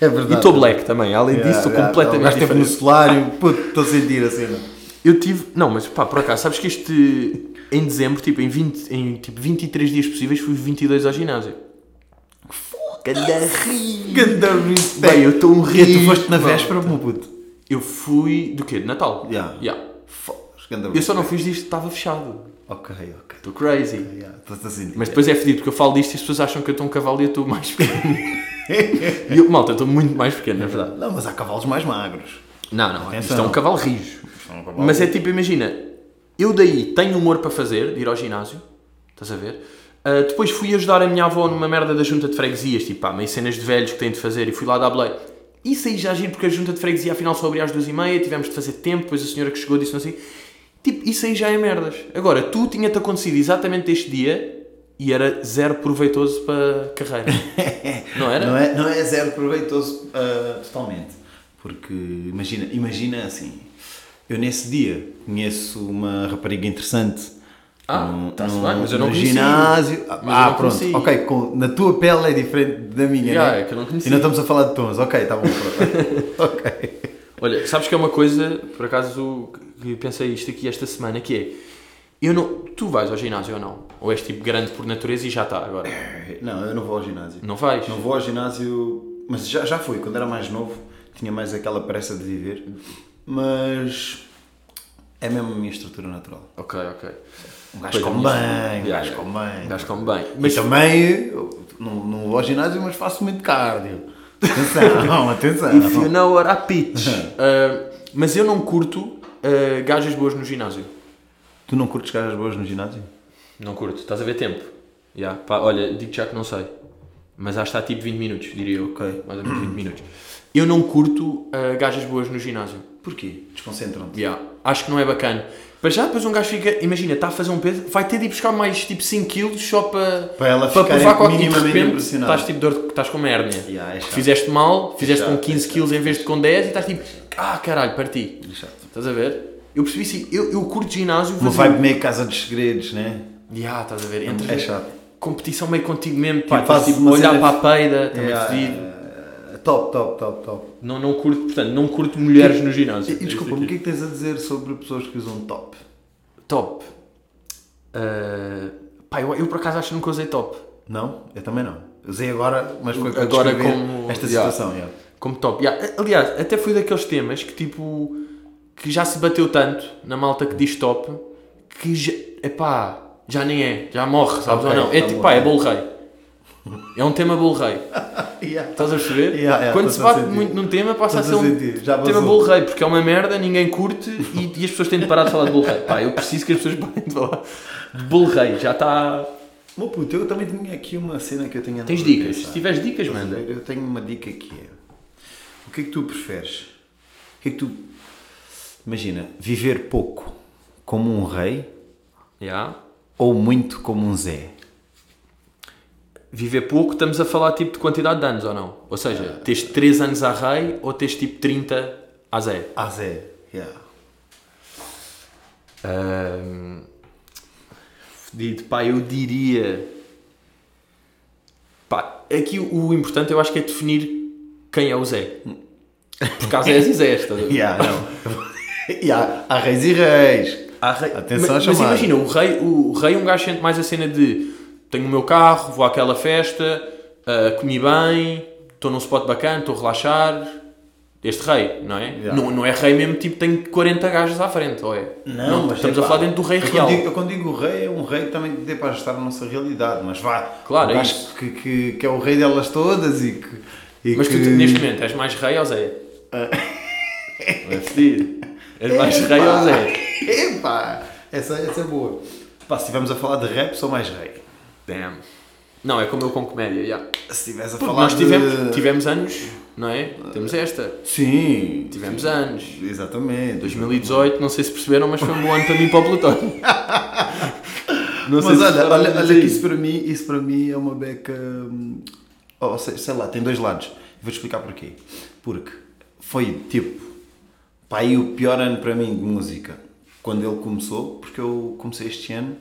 [SPEAKER 2] É
[SPEAKER 1] E
[SPEAKER 2] verdade.
[SPEAKER 1] estou black também, além disso estou completamente
[SPEAKER 2] Esteve
[SPEAKER 1] diferente.
[SPEAKER 2] no solário, puto, estou a sentir a cena.
[SPEAKER 1] Eu tive. Não, mas pá, por acaso, sabes que este. Em dezembro, tipo, em, 20, em tipo, 23 dias possíveis, fui 22 ao ginásio.
[SPEAKER 2] Ganda respect.
[SPEAKER 1] Bem, eu estou um
[SPEAKER 2] E tu
[SPEAKER 1] rio,
[SPEAKER 2] foste na
[SPEAKER 1] pá.
[SPEAKER 2] véspera, meu puto.
[SPEAKER 1] Eu fui. do quê? De Natal?
[SPEAKER 2] Yeah.
[SPEAKER 1] Yeah.
[SPEAKER 2] Foda-se, ganda
[SPEAKER 1] Eu só
[SPEAKER 2] respect.
[SPEAKER 1] não fiz disto, estava fechado.
[SPEAKER 2] Ok, ok.
[SPEAKER 1] Estou crazy.
[SPEAKER 2] Yeah, Estou a sentir.
[SPEAKER 1] Mas depois é fedido, porque eu falo disto e as pessoas acham que eu estou um cavalo e eu estou mais pequeno. E eu, malta, eu estou muito mais pequeno,
[SPEAKER 2] É
[SPEAKER 1] na verdade.
[SPEAKER 2] Não, mas há cavalos mais magros.
[SPEAKER 1] Não, não, isto é
[SPEAKER 2] Atenção.
[SPEAKER 1] um cavalo rijo.
[SPEAKER 2] São cavalos-
[SPEAKER 1] Mas é tipo, imagina, eu daí tenho humor para fazer, de ir ao ginásio, estás a ver? Ah, depois fui ajudar a minha avó numa merda da junta de freguesias, tipo, pá, meio cenas de velhos que têm de fazer, e fui lá dar blé. Isso aí já é giro, porque a junta de freguesia afinal só abria às duas e meia, tivemos de fazer tempo, depois a senhora que chegou disse não sei. Tipo, isso aí já é merdas. Agora, tu tinha-te acontecido exatamente este dia e era zero proveitoso para carreira. Não era?
[SPEAKER 2] Não é, não é zero proveitoso ah, totalmente. Porque imagina, imagina assim, eu nesse dia conheço uma rapariga interessante.
[SPEAKER 1] Ah,
[SPEAKER 2] num-
[SPEAKER 1] tá-se
[SPEAKER 2] num-
[SPEAKER 1] bem, mas eu não
[SPEAKER 2] no
[SPEAKER 1] conhecia.
[SPEAKER 2] ginásio. Ah,
[SPEAKER 1] Mas eu não
[SPEAKER 2] pronto.
[SPEAKER 1] conhecia.
[SPEAKER 2] Ok, com- na tua pele é diferente da minha.
[SPEAKER 1] Yeah,
[SPEAKER 2] né?
[SPEAKER 1] é que eu não conhecia.
[SPEAKER 2] E não estamos a falar de tons. Ok, está bom. pronto. ok.
[SPEAKER 1] Olha, sabes que é uma coisa, por acaso, que pensei isto aqui esta semana, que é, eu não, tu vais ao ginásio ou não? Ou és tipo grande por natureza e já está agora?
[SPEAKER 2] Não, eu não vou ao ginásio.
[SPEAKER 1] Não vais?
[SPEAKER 2] Não vou ao ginásio, mas já, já fui, quando era mais novo, tinha mais aquela pressa de viver, mas é mesmo a minha estrutura natural.
[SPEAKER 1] Ok, ok.
[SPEAKER 2] Um gajo
[SPEAKER 1] Pois,
[SPEAKER 2] come
[SPEAKER 1] a
[SPEAKER 2] bem,
[SPEAKER 1] minha-
[SPEAKER 2] um
[SPEAKER 1] Yeah,
[SPEAKER 2] gajo come bem.
[SPEAKER 1] Gás como bem. Mas
[SPEAKER 2] Mas também, eu não, não vou ao ginásio, mas faço muito cardio. Atenção,
[SPEAKER 1] if you
[SPEAKER 2] atenção.
[SPEAKER 1] know what I pitch. Ah, mas eu não curto ah, gajas boas no ginásio.
[SPEAKER 2] Tu não curtes caras boas no ginásio?
[SPEAKER 1] Não curto. Estás a ver tempo? Já. Pá, olha, digo já que não sei. Mas acho que está tipo 20 minutos, diria eu.
[SPEAKER 2] Ok.
[SPEAKER 1] Mais ou menos 20 minutos. Eu não curto ah, gajas boas no ginásio.
[SPEAKER 2] Porquê? Desconcentram-te.
[SPEAKER 1] Yeah. Acho que não é bacana. Para já, depois um gajo fica, imagina, está a fazer um peso, vai ter de ir buscar mais tipo 5 kg só para,
[SPEAKER 2] Para ela
[SPEAKER 1] para
[SPEAKER 2] ficar
[SPEAKER 1] provar qualquer- e de
[SPEAKER 2] minimamente
[SPEAKER 1] repente
[SPEAKER 2] impressionada.
[SPEAKER 1] Estás tipo dor, de- estás com uma hérnia.
[SPEAKER 2] Yeah, é
[SPEAKER 1] Porque
[SPEAKER 2] chato. É
[SPEAKER 1] fizeste mal, fizeste
[SPEAKER 2] chato,
[SPEAKER 1] com 15 kg em vez de com 10 e estás tipo, ah caralho, parti.
[SPEAKER 2] É Chato.
[SPEAKER 1] Estás a ver? Eu percebi sim, eu, eu curto ginásio,
[SPEAKER 2] Uma
[SPEAKER 1] vou
[SPEAKER 2] vibe meio casa dos segredos, né?
[SPEAKER 1] Yeah, estás a ver? Entras
[SPEAKER 2] É
[SPEAKER 1] em
[SPEAKER 2] chato.
[SPEAKER 1] competição meio contigo mesmo, pá,
[SPEAKER 2] fazes
[SPEAKER 1] estás, tipo,
[SPEAKER 2] uma
[SPEAKER 1] olhar
[SPEAKER 2] cena-
[SPEAKER 1] para a peida, também
[SPEAKER 2] Yeah,
[SPEAKER 1] fedido.
[SPEAKER 2] eh, é Top, top, top, top.
[SPEAKER 1] Não, não curto, portanto, não curto mulheres no
[SPEAKER 2] E,
[SPEAKER 1] ginásio.
[SPEAKER 2] e desculpa-me, o que é que tens a dizer sobre pessoas que usam top?
[SPEAKER 1] Top. Ah, pá, eu, eu por acaso acho que nunca usei top.
[SPEAKER 2] Não? Eu também não. Usei agora, mas foi para
[SPEAKER 1] Agora
[SPEAKER 2] descrever
[SPEAKER 1] como-
[SPEAKER 2] esta
[SPEAKER 1] Yeah.
[SPEAKER 2] situação. yeah.
[SPEAKER 1] Como top. Yeah, Aliás, até foi daqueles temas que tipo. que já se bateu tanto na malta que diz top que já. epá, já nem é. Já morre, sabes
[SPEAKER 2] Ok,
[SPEAKER 1] ou não? É
[SPEAKER 2] tá
[SPEAKER 1] tipo,
[SPEAKER 2] bom.
[SPEAKER 1] pá, é bolo rei. É um tema bolo rei.
[SPEAKER 2] Yeah.
[SPEAKER 1] Estás a perceber?
[SPEAKER 2] Yeah, yeah,
[SPEAKER 1] Quando
[SPEAKER 2] tô
[SPEAKER 1] se
[SPEAKER 2] a
[SPEAKER 1] bate
[SPEAKER 2] sentir.
[SPEAKER 1] muito num tema, passa
[SPEAKER 2] Tô a
[SPEAKER 1] a ser um
[SPEAKER 2] sentir, já
[SPEAKER 1] tema
[SPEAKER 2] vazou.
[SPEAKER 1] bolo rei, porque é uma merda, ninguém curte e, e as pessoas têm de parar de falar de bolo rei. Pá, eu preciso que as pessoas parem de falar de bolo rei. Já está.
[SPEAKER 2] Meu puto, eu também tinha aqui uma cena que eu tenho
[SPEAKER 1] Tens
[SPEAKER 2] andado a
[SPEAKER 1] dicas?
[SPEAKER 2] pensar.
[SPEAKER 1] Se tiveres dicas,
[SPEAKER 2] Estás a
[SPEAKER 1] manda.
[SPEAKER 2] ver? Eu tenho uma dica que é: o que é que tu preferes? O que é que tu. Imagina, viver pouco como um rei
[SPEAKER 1] Yeah.
[SPEAKER 2] ou muito como um Zé?
[SPEAKER 1] Viver pouco, estamos a falar tipo de quantidade de anos ou não? Ou seja, tens 3 anos a rei ou tens tipo 30 a zero?
[SPEAKER 2] Ah, Zé. Yeah.
[SPEAKER 1] Ahm, Fedido, pá, eu diria. Pá, aqui o importante eu acho que é definir quem é o Zé. Porque há Zés e Zés, estás a ver?
[SPEAKER 2] Yeah, não. yeah, há reis e reis.
[SPEAKER 1] Há rei-
[SPEAKER 2] Atenção à
[SPEAKER 1] mas, mas
[SPEAKER 2] chamada.
[SPEAKER 1] imagina, o rei, o rei um gajo sente mais a cena de tenho o meu carro, vou àquela festa, ah, comi bem, estou num spot bacana, estou a relaxar. Este rei, não é?
[SPEAKER 2] Yeah.
[SPEAKER 1] Não, não é rei mesmo, tipo, tenho 40 gajos à frente, ou é? estamos a
[SPEAKER 2] epá,
[SPEAKER 1] falar dentro do rei
[SPEAKER 2] É eu quando
[SPEAKER 1] real.
[SPEAKER 2] digo- eu quando digo rei, é um rei que também dê para ajustar a nossa realidade, mas vá.
[SPEAKER 1] Claro,
[SPEAKER 2] um
[SPEAKER 1] é
[SPEAKER 2] gajo
[SPEAKER 1] isso.
[SPEAKER 2] Que, que, que é o rei delas todas e que. e
[SPEAKER 1] Mas tu,
[SPEAKER 2] que- Ah.
[SPEAKER 1] neste momento, és mais rei ou Zé? É fedido. És É mais rei ou Zé?
[SPEAKER 2] Epá! Essa, essa é boa. Pá, se estivermos a falar de rap, sou mais rei.
[SPEAKER 1] Damn. Não, é como eu com comédia, yeah.
[SPEAKER 2] Se estivesse a
[SPEAKER 1] Porque
[SPEAKER 2] falar
[SPEAKER 1] nós
[SPEAKER 2] de...
[SPEAKER 1] tivemos, tivemos anos, não é? Temos esta.
[SPEAKER 2] Sim.
[SPEAKER 1] Tivemos anos.
[SPEAKER 2] Exatamente.
[SPEAKER 1] 2018, não sei se perceberam, mas foi um bom ano para mim e para o Plutónio. Não
[SPEAKER 2] Mas olha,
[SPEAKER 1] perceberam,
[SPEAKER 2] olha,
[SPEAKER 1] mas
[SPEAKER 2] olha
[SPEAKER 1] é
[SPEAKER 2] que isso para mim, isso para mim é uma beca. hum, Oh, sei, sei lá, tem dois lados. Vou te explicar porquê. Porque foi tipo. Pá, aí o pior ano para mim de música. Quando ele começou, porque eu comecei este ano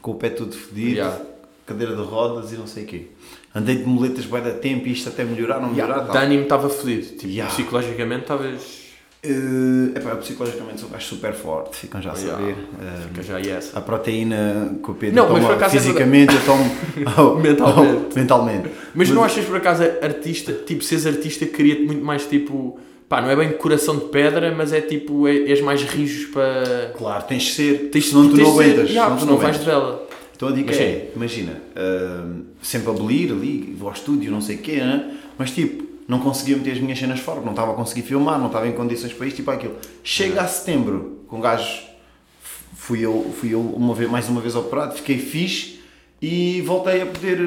[SPEAKER 2] com o pé todo fedido,
[SPEAKER 1] Yeah.
[SPEAKER 2] cadeira de rodas e não sei o quê. Andei de moletas bem da tempo e isto até melhorar, não melhorar.
[SPEAKER 1] Yeah,
[SPEAKER 2] tal.
[SPEAKER 1] Dani me estava fodido. Tipo,
[SPEAKER 2] Yeah.
[SPEAKER 1] psicologicamente estavas...
[SPEAKER 2] Eh, epá, eu psicologicamente sou um gajo super forte, ficam já a
[SPEAKER 1] Yeah.
[SPEAKER 2] saber. Eh,
[SPEAKER 1] Fica já aí essa.
[SPEAKER 2] A proteína que o Pedro
[SPEAKER 1] Não, mas por
[SPEAKER 2] toma
[SPEAKER 1] acaso é
[SPEAKER 2] fisicamente, eu tomo
[SPEAKER 1] Mentalmente.
[SPEAKER 2] mentalmente.
[SPEAKER 1] Mas não achas por acaso artista, tipo, seres artista cria-te muito mais tipo. Pá, não é bem coração de pedra, mas é tipo, é- és mais rijos para.
[SPEAKER 2] Claro, tens de ser,
[SPEAKER 1] Tens-
[SPEAKER 2] senão tu
[SPEAKER 1] tens
[SPEAKER 2] não
[SPEAKER 1] de ser-
[SPEAKER 2] aguentas.
[SPEAKER 1] Yeah,
[SPEAKER 2] senão tu
[SPEAKER 1] senão
[SPEAKER 2] não
[SPEAKER 1] vais de
[SPEAKER 2] aguentas.
[SPEAKER 1] vela.
[SPEAKER 2] Então a dica
[SPEAKER 1] Mas
[SPEAKER 2] é, imagina, hum, sempre a abolir ali, vou ao estúdio, não sei o quê, né? mas tipo, não conseguia meter as minhas cenas fora, não estava a conseguir filmar, não estava em condições para isto e para aquilo. Chega
[SPEAKER 1] É.
[SPEAKER 2] a setembro, com gajos, fui eu, fui eu uma vez, mais uma vez operado, fiquei fixe e voltei a poder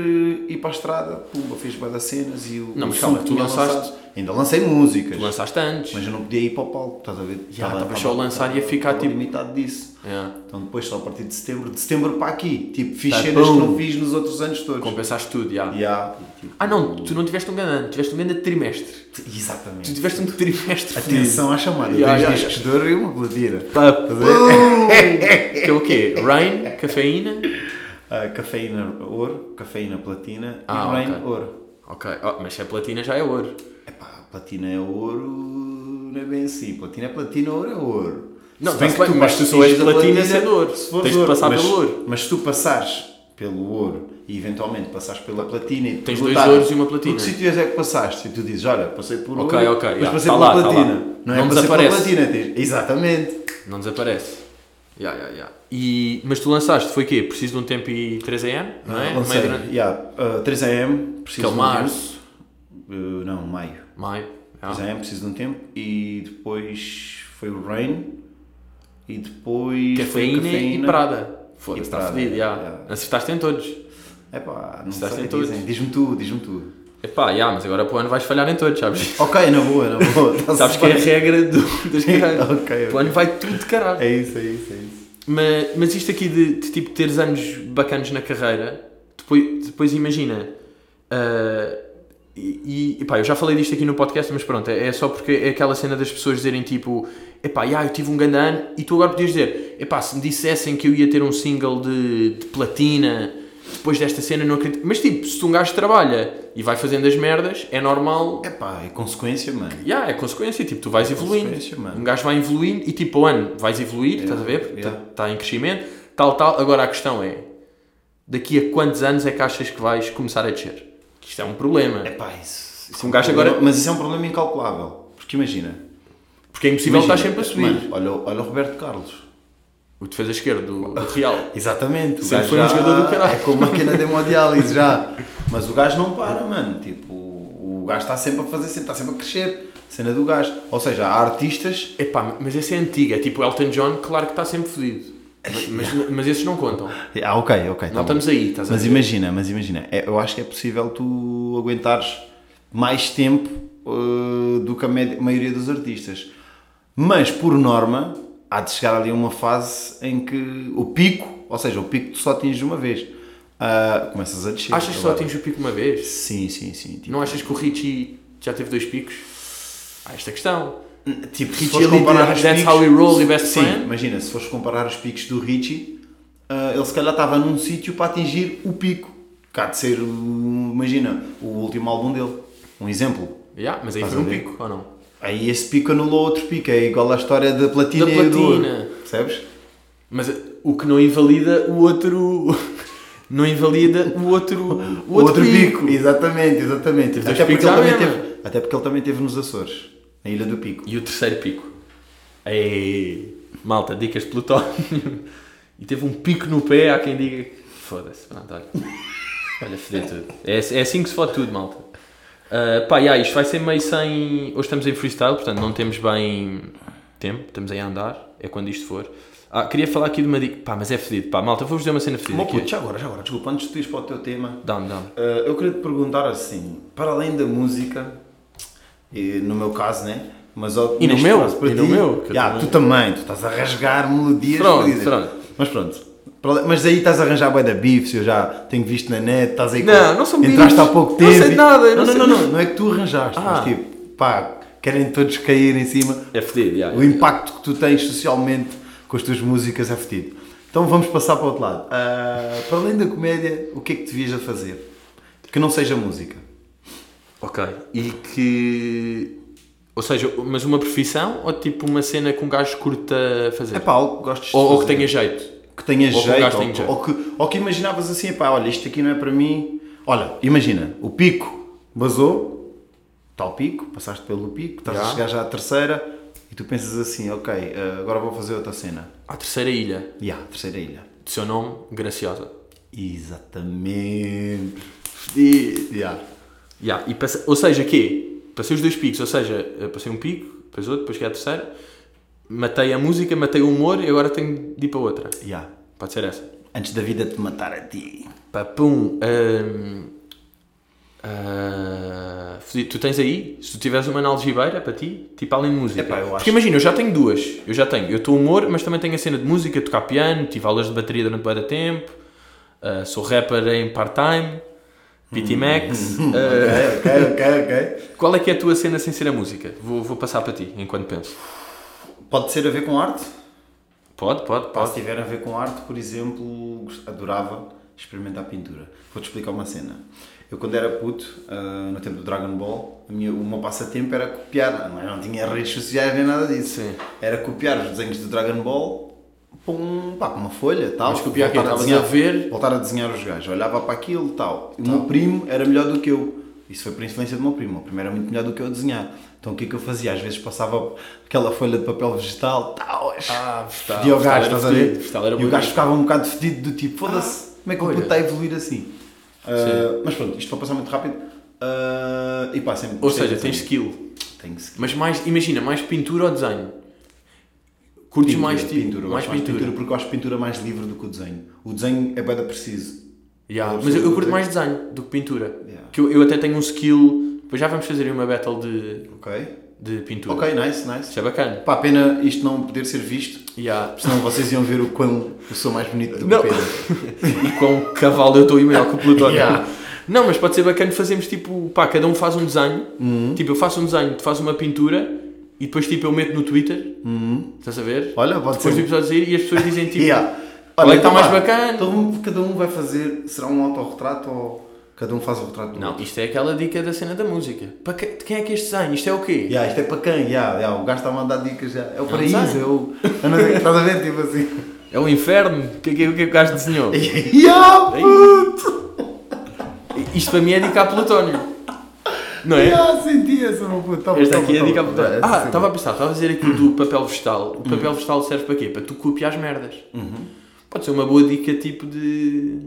[SPEAKER 2] eh, ir para a estrada, pumba, fiz bué das cenas e o
[SPEAKER 1] Não, mas
[SPEAKER 2] o som
[SPEAKER 1] calma,
[SPEAKER 2] que
[SPEAKER 1] tu
[SPEAKER 2] tinha
[SPEAKER 1] lançaste-
[SPEAKER 2] lançado- ainda lancei músicas,
[SPEAKER 1] Tu lançaste antes.
[SPEAKER 2] mas eu não podia ir para o palco, estás a ver?
[SPEAKER 1] Já, estavas só a lançar e ia ficar,
[SPEAKER 2] estava
[SPEAKER 1] tipo-
[SPEAKER 2] limitado disso.
[SPEAKER 1] Yeah.
[SPEAKER 2] Então depois só a partir de setembro, de setembro para aqui, tipo, fiz
[SPEAKER 1] Tá
[SPEAKER 2] cenas que
[SPEAKER 1] bom.
[SPEAKER 2] não fiz nos outros anos todos.
[SPEAKER 1] Compensaste tudo, já.
[SPEAKER 2] Yeah, e, tipo,
[SPEAKER 1] Ah não, tu não tiveste um grande ano, tiveste um grande trimestre.
[SPEAKER 2] t-
[SPEAKER 1] Tu
[SPEAKER 2] Exatamente.
[SPEAKER 1] tiveste um trimestre
[SPEAKER 2] Atenção Tá à chamada,
[SPEAKER 1] Yeah,
[SPEAKER 2] dois
[SPEAKER 1] yeah,
[SPEAKER 2] discos de ouro e uma gladira.
[SPEAKER 1] fodido. Que é o quê? Rain, cafeína.
[SPEAKER 2] Ah, cafeína ouro, cafeína platina
[SPEAKER 1] Ah,
[SPEAKER 2] e rain
[SPEAKER 1] ok.
[SPEAKER 2] ouro.
[SPEAKER 1] Ok, oh, mas se é platina já é ouro.
[SPEAKER 2] Epá, platina é ouro, não é bem assim. Platina é platina, ouro é ouro.
[SPEAKER 1] Não,
[SPEAKER 2] Se bem
[SPEAKER 1] tá-se
[SPEAKER 2] que
[SPEAKER 1] bem, mas tu
[SPEAKER 2] partes
[SPEAKER 1] só és
[SPEAKER 2] da
[SPEAKER 1] platina sendo ouro.
[SPEAKER 2] se fores
[SPEAKER 1] Tens de
[SPEAKER 2] ouro,
[SPEAKER 1] passar
[SPEAKER 2] mas,
[SPEAKER 1] pelo ouro.
[SPEAKER 2] Mas se tu passares pelo ouro e eventualmente passares pela platina e te
[SPEAKER 1] Tens dois
[SPEAKER 2] perguntarem
[SPEAKER 1] ouros e uma platina.
[SPEAKER 2] Por que sítios é que passaste? E tu dizes, olha, passei por
[SPEAKER 1] Ok,
[SPEAKER 2] ouro,
[SPEAKER 1] ok,
[SPEAKER 2] mas
[SPEAKER 1] já,
[SPEAKER 2] passei
[SPEAKER 1] tá
[SPEAKER 2] pela
[SPEAKER 1] lá, tá lá.
[SPEAKER 2] platina. Não é
[SPEAKER 1] Não
[SPEAKER 2] passei pela
[SPEAKER 1] desaparece.
[SPEAKER 2] platina, tens. Exatamente.
[SPEAKER 1] Não desaparece. Ya, ya, ya. E, mas tu lançaste, foi quê? Preciso de um tempo e 3 AM? Não é?
[SPEAKER 2] Lancei,
[SPEAKER 1] Meio durante-
[SPEAKER 2] yeah, ah, 3 AM,
[SPEAKER 1] Que é
[SPEAKER 2] preciso
[SPEAKER 1] o
[SPEAKER 2] de um tempo.
[SPEAKER 1] março,
[SPEAKER 2] Ah, não, maio.
[SPEAKER 1] maio. ah.
[SPEAKER 2] 3 AM, preciso de um tempo. E depois foi o rain. E depois foi
[SPEAKER 1] é Cafeína,
[SPEAKER 2] a
[SPEAKER 1] e Prada. Foda-se,
[SPEAKER 2] E
[SPEAKER 1] está
[SPEAKER 2] Prada,
[SPEAKER 1] fedido, já.
[SPEAKER 2] já.
[SPEAKER 1] Acertaste em todos.
[SPEAKER 2] Epá, não sei
[SPEAKER 1] Estás
[SPEAKER 2] o
[SPEAKER 1] em
[SPEAKER 2] que
[SPEAKER 1] todos.
[SPEAKER 2] dizem. Diz-me tu, diz-me tu.
[SPEAKER 1] Epá, já, mas agora para o ano vais falhar em todos, sabes?
[SPEAKER 2] Ok, é na boa, na boa. tá-se
[SPEAKER 1] sabes que é a
[SPEAKER 2] bem.
[SPEAKER 1] regra do, das caralho.
[SPEAKER 2] Ok, ok.
[SPEAKER 1] Para o ano vai tudo de caralho.
[SPEAKER 2] É isso, é isso, é isso.
[SPEAKER 1] Mas, mas isto aqui de, de, tipo teres anos bacanos na carreira, depois, depois imagina. ah, e, e pá, eu já falei disto aqui no podcast, mas pronto, é, é só porque é aquela cena das pessoas dizerem tipo, epá, yeah, eu tive um grande ano, e tu agora podias dizer, epá, se me dissessem que eu ia ter um single de, de platina depois desta cena, não acredito. Mas tipo, se um gajo trabalha e vai fazendo as merdas, é normal
[SPEAKER 2] Epá, é consequência, mano.
[SPEAKER 1] Yeah, é consequência, tipo, tu vais evoluindo.
[SPEAKER 2] consequência, mano. É,
[SPEAKER 1] Um gajo vai evoluindo e tipo, ano, vais evoluir, estás a ver? Está
[SPEAKER 2] yeah.
[SPEAKER 1] em crescimento, tal, tal. Agora a questão é, daqui a quantos anos é que achas que vais começar a descer? Que isto é um problema.
[SPEAKER 2] Epá, isso. isso
[SPEAKER 1] Um gajo
[SPEAKER 2] problema-
[SPEAKER 1] agora-
[SPEAKER 2] Mas isso é um problema incalculável. Porque imagina.
[SPEAKER 1] Porque é impossível
[SPEAKER 2] imagina,
[SPEAKER 1] estar sempre a subir.
[SPEAKER 2] mano, olha, o- olha o Roberto Carlos.
[SPEAKER 1] O defesa esquerdo do, do Real.
[SPEAKER 2] Exatamente. O
[SPEAKER 1] Sempre
[SPEAKER 2] gajo
[SPEAKER 1] foi um
[SPEAKER 2] já
[SPEAKER 1] jogador do caralho.
[SPEAKER 2] É com máquina de hemodiálise já. Mas o gajo não para, mano. Tipo, o gajo está sempre a fazer, sempre, está sempre a crescer. Cena do gajo. Ou seja, há artistas.
[SPEAKER 1] Epá, mas esse é antigo. É tipo Elton John, claro que está sempre fodido. Mas, mas, mas esses não contam.
[SPEAKER 2] Ah, ok, ok. tá
[SPEAKER 1] Não
[SPEAKER 2] bom.
[SPEAKER 1] estamos aí, é- estás a
[SPEAKER 2] Mas
[SPEAKER 1] ver?
[SPEAKER 2] imagina, mas imagina. É, eu acho que é possível tu aguentares mais tempo eh, do que a média- maioria dos artistas. Mas, por norma, há de chegar ali a uma fase em que o pico, ou seja, o pico tu só atinges uma vez. Ah, começas a descer.
[SPEAKER 1] Achas que só
[SPEAKER 2] Agora-
[SPEAKER 1] atinges o pico uma vez?
[SPEAKER 2] Sim, sim, sim. Tipo,
[SPEAKER 1] Não achas que o Richie já teve dois picos? Há esta é questão.
[SPEAKER 2] tipo, se
[SPEAKER 1] Richie
[SPEAKER 2] fores
[SPEAKER 1] ali de
[SPEAKER 2] comparar os
[SPEAKER 1] That's
[SPEAKER 2] picos-
[SPEAKER 1] How We Roll e Best
[SPEAKER 2] Sim,
[SPEAKER 1] Friend?
[SPEAKER 2] imagina, se fores comparar os picos do Richie, ah, ele se calhar estava num sítio para atingir o pico. Cá de ser, um- imagina, o último álbum dele. Um exemplo.
[SPEAKER 1] Yeah, mas aí
[SPEAKER 2] Estás
[SPEAKER 1] foi um
[SPEAKER 2] a ver?
[SPEAKER 1] pico, ou não?
[SPEAKER 2] Aí esse pico anulou outro pico. É igual à história da platina,
[SPEAKER 1] Da
[SPEAKER 2] e do ouro.
[SPEAKER 1] platina.
[SPEAKER 2] Percebes?
[SPEAKER 1] Mas eh, o que não invalida o outro. Não invalida o outro. O outro, pico.
[SPEAKER 2] Exatamente, exatamente.
[SPEAKER 1] dois
[SPEAKER 2] Até porque, ele
[SPEAKER 1] picos à
[SPEAKER 2] também
[SPEAKER 1] mesma.
[SPEAKER 2] teve, até porque ele também teve nos Açores, na Ilha do Pico.
[SPEAKER 1] E o terceiro pico. Ei, malta, dicas de Plutónio. E teve um pico no pé, há quem diga. que- Foda-se, pronto, olha. Olha, fodeu tudo. É, é assim que se fode tudo, malta. Ah, pá, yeah, isto vai ser meio sem. Hoje estamos em freestyle, portanto não temos bem tempo, estamos aí a andar, é quando isto for. Ah, queria falar aqui de uma dica. Pá, mas é fedido, pá, malta, vou-vos dizer uma cena fedida
[SPEAKER 2] Meu
[SPEAKER 1] aqui.
[SPEAKER 2] puto, já agora, já agora, desculpa, antes de tu ires para o teu tema,
[SPEAKER 1] Dá-me, dá-me.
[SPEAKER 2] Uh, eu queria te perguntar assim, para além da música, e no meu caso, né? Mas ó,
[SPEAKER 1] E no
[SPEAKER 2] neste
[SPEAKER 1] meu,
[SPEAKER 2] caso para
[SPEAKER 1] e no
[SPEAKER 2] ti,
[SPEAKER 1] meu, que eu
[SPEAKER 2] já,
[SPEAKER 1] também-
[SPEAKER 2] tu também, tu estás a rasgar melodias.
[SPEAKER 1] Pronto,
[SPEAKER 2] fodidas.
[SPEAKER 1] pronto.
[SPEAKER 2] Mas pronto. para além- Mas aí estás a arranjar boi da bifes, eu já tenho visto na net, estás aí
[SPEAKER 1] Não, não são
[SPEAKER 2] Entraste
[SPEAKER 1] bifes.
[SPEAKER 2] há pouco
[SPEAKER 1] Não
[SPEAKER 2] tempo.
[SPEAKER 1] sei
[SPEAKER 2] e-
[SPEAKER 1] nada, eu não
[SPEAKER 2] não,
[SPEAKER 1] sei
[SPEAKER 2] não, não,
[SPEAKER 1] nada.
[SPEAKER 2] não é que tu arranjaste,
[SPEAKER 1] Ah.
[SPEAKER 2] mas tipo, pá, querem todos cair em cima.
[SPEAKER 1] É fedido, yeah,
[SPEAKER 2] O impacto que tu tens socialmente com as tuas músicas é fedido. Então vamos passar para o outro lado. Ah, para além da comédia, o que é que devias a fazer? Que não seja música.
[SPEAKER 1] Ok. E que. Ou seja, mas uma profissão ou tipo uma cena que um gajo curta fazer?
[SPEAKER 2] É pá, algo que gostes de
[SPEAKER 1] ou, ou que
[SPEAKER 2] fazer.
[SPEAKER 1] tenha jeito.
[SPEAKER 2] que tenha
[SPEAKER 1] ou que o
[SPEAKER 2] jeito,
[SPEAKER 1] gajo
[SPEAKER 2] ou,
[SPEAKER 1] tenha
[SPEAKER 2] que-
[SPEAKER 1] jeito.
[SPEAKER 2] ou que, ou que imaginavas assim, pá, olha, isto aqui não é para mim. Olha, imagina, o pico basou, tal pico, passaste pelo pico, estás
[SPEAKER 1] Já.
[SPEAKER 2] a chegar já à terceira e tu pensas assim, ok, ah, agora vou fazer outra cena.
[SPEAKER 1] A terceira ilha,
[SPEAKER 2] E há, a terceira ilha.
[SPEAKER 1] de seu nome, Graciosa.
[SPEAKER 2] Exatamente. Fedido. Yeah.
[SPEAKER 1] Ya, E passa- Ou seja, quê? Passei os dois picos, ou seja, eh, passei um pico, depois outro, depois que é a terceira. Matei a música, matei o humor e agora tenho de ir para outra.
[SPEAKER 2] Yeah.
[SPEAKER 1] Pode ser essa.
[SPEAKER 2] Antes da vida te matar a ti.
[SPEAKER 1] Pá, pum. hum, ah, fodi- tu tens aí, se tu tiveres uma analgibeira para ti, tipo além de música.
[SPEAKER 2] Epá, eu acho.
[SPEAKER 1] Porque imagina, eu já tenho duas. Eu já tenho. Eu estou humor, mas também tenho a cena de música, tocar piano, tive aulas de bateria durante bué de tempo, ah, sou rapper em part-time, PT Max. ah,
[SPEAKER 2] Ok, ok, ok, ok.
[SPEAKER 1] qual é que é a tua cena sem ser a música? Vou, vou passar para ti, enquanto penso.
[SPEAKER 2] Pode ser a ver com arte?
[SPEAKER 1] Pode, pode,
[SPEAKER 2] Pá,
[SPEAKER 1] pode.
[SPEAKER 2] se tiver a ver com arte, por exemplo, gost- adorava experimentar pintura. Vou-te explicar uma cena. Eu, quando era puto, ah, no tempo do Dragon Ball, a minha- o meu passatempo era copiar. Não, é? eu não tinha redes sociais nem nada disso.
[SPEAKER 1] Sim.
[SPEAKER 2] Era copiar os desenhos do Dragon Ball para, um, pá, para uma folha tal.
[SPEAKER 1] Mas copiar
[SPEAKER 2] Voltar
[SPEAKER 1] quê?
[SPEAKER 2] a
[SPEAKER 1] Estavas
[SPEAKER 2] desenhar-
[SPEAKER 1] a ver? Tá.
[SPEAKER 2] Voltar a desenhar os gajos. Olhava para aquilo tal. O meu primo era melhor do que eu. Isso foi por influência do meu primo. O meu primo era muito melhor do que eu a desenhar. Então o que é que eu fazia? Às vezes passava aquela folha de papel vegetal, tal,
[SPEAKER 1] Ah, vegetal.
[SPEAKER 2] Fedia o
[SPEAKER 1] Vegetal
[SPEAKER 2] gajo,
[SPEAKER 1] era
[SPEAKER 2] estás a ver?
[SPEAKER 1] fedido, vegetal era
[SPEAKER 2] E o
[SPEAKER 1] bonito.
[SPEAKER 2] gajo ficava um bocado fedido do tipo, foda-se, como é que o puto
[SPEAKER 1] olha.
[SPEAKER 2] está a evoluir assim? Ah, mas pronto, isto vai passar muito rápido. Ah, e pá, sempre.
[SPEAKER 1] Ou
[SPEAKER 2] gostei
[SPEAKER 1] seja,
[SPEAKER 2] de
[SPEAKER 1] tens
[SPEAKER 2] desenho.
[SPEAKER 1] skill.
[SPEAKER 2] Tenho que seguir.
[SPEAKER 1] Mas mais, imagina, mais pintura ou desenho? Curtes mais tipo?
[SPEAKER 2] eu
[SPEAKER 1] mais
[SPEAKER 2] gosto mais de
[SPEAKER 1] pintura.
[SPEAKER 2] porque eu acho pintura é mais livre do que o desenho. O desenho é bem preciso.
[SPEAKER 1] Yeah,
[SPEAKER 2] Eu
[SPEAKER 1] mas eu, eu
[SPEAKER 2] preciso
[SPEAKER 1] curto
[SPEAKER 2] de-
[SPEAKER 1] mais desenho do que pintura.
[SPEAKER 2] Yeah.
[SPEAKER 1] Que eu, eu até tenho um skill. Depois já vamos fazer uma battle de,
[SPEAKER 2] Ok?
[SPEAKER 1] de pintura.
[SPEAKER 2] Ok, nice, nice.
[SPEAKER 1] Isso é bacana.
[SPEAKER 2] Pá, pena isto não poder ser visto,
[SPEAKER 1] Yeah.
[SPEAKER 2] senão vocês iam ver o quão eu sou mais bonito do que
[SPEAKER 1] Não.
[SPEAKER 2] o Pedro.
[SPEAKER 1] E quão cavalo eu estou e maior que o Plutónio.
[SPEAKER 2] Yeah.
[SPEAKER 1] Não, mas pode ser bacana fazermos tipo, pá, cada um faz um desenho.
[SPEAKER 2] Uhum.
[SPEAKER 1] Tipo, eu faço um desenho, tu fazes uma pintura e depois tipo eu meto no Twitter. Estás a ver?
[SPEAKER 2] Olha, Uhum. pode
[SPEAKER 1] depois
[SPEAKER 2] ser.
[SPEAKER 1] do episódio sair e as pessoas dizem tipo.
[SPEAKER 2] Yeah.
[SPEAKER 1] Olha, está
[SPEAKER 2] então
[SPEAKER 1] mais
[SPEAKER 2] vá.
[SPEAKER 1] bacana.
[SPEAKER 2] Então cada um vai fazer, será um autorretrato ou cada um faz o retrato do
[SPEAKER 1] Não, isto é aquela dica da cena da música. Para que- de quem é que é este desenho? Isto é o quê?
[SPEAKER 2] Ya, isto é para quem? Ya, ya, o gajo está a mandar dicas. ya. É o paraíso,
[SPEAKER 1] sei.
[SPEAKER 2] é o. eu não sei, estás a ver? Tipo assim.
[SPEAKER 1] É o inferno? O que é que, o que, é que o gajo desenhou?
[SPEAKER 2] Ya, puto!
[SPEAKER 1] Isto para mim é dica a Plutónio. Não é?
[SPEAKER 2] Ya, senti essa, meu puto. Tá bom,
[SPEAKER 1] Esta
[SPEAKER 2] tá bom,
[SPEAKER 1] aqui é
[SPEAKER 2] tá
[SPEAKER 1] a dica a
[SPEAKER 2] bom.
[SPEAKER 1] Plutónio.
[SPEAKER 2] Ya,
[SPEAKER 1] Ah,
[SPEAKER 2] sim.
[SPEAKER 1] estava a pensar, estava a dizer aqui do papel vegetal. O papel vegetal serve para quê? Para tu copiar as merdas. Uhum. Pode ser uma boa dica tipo de.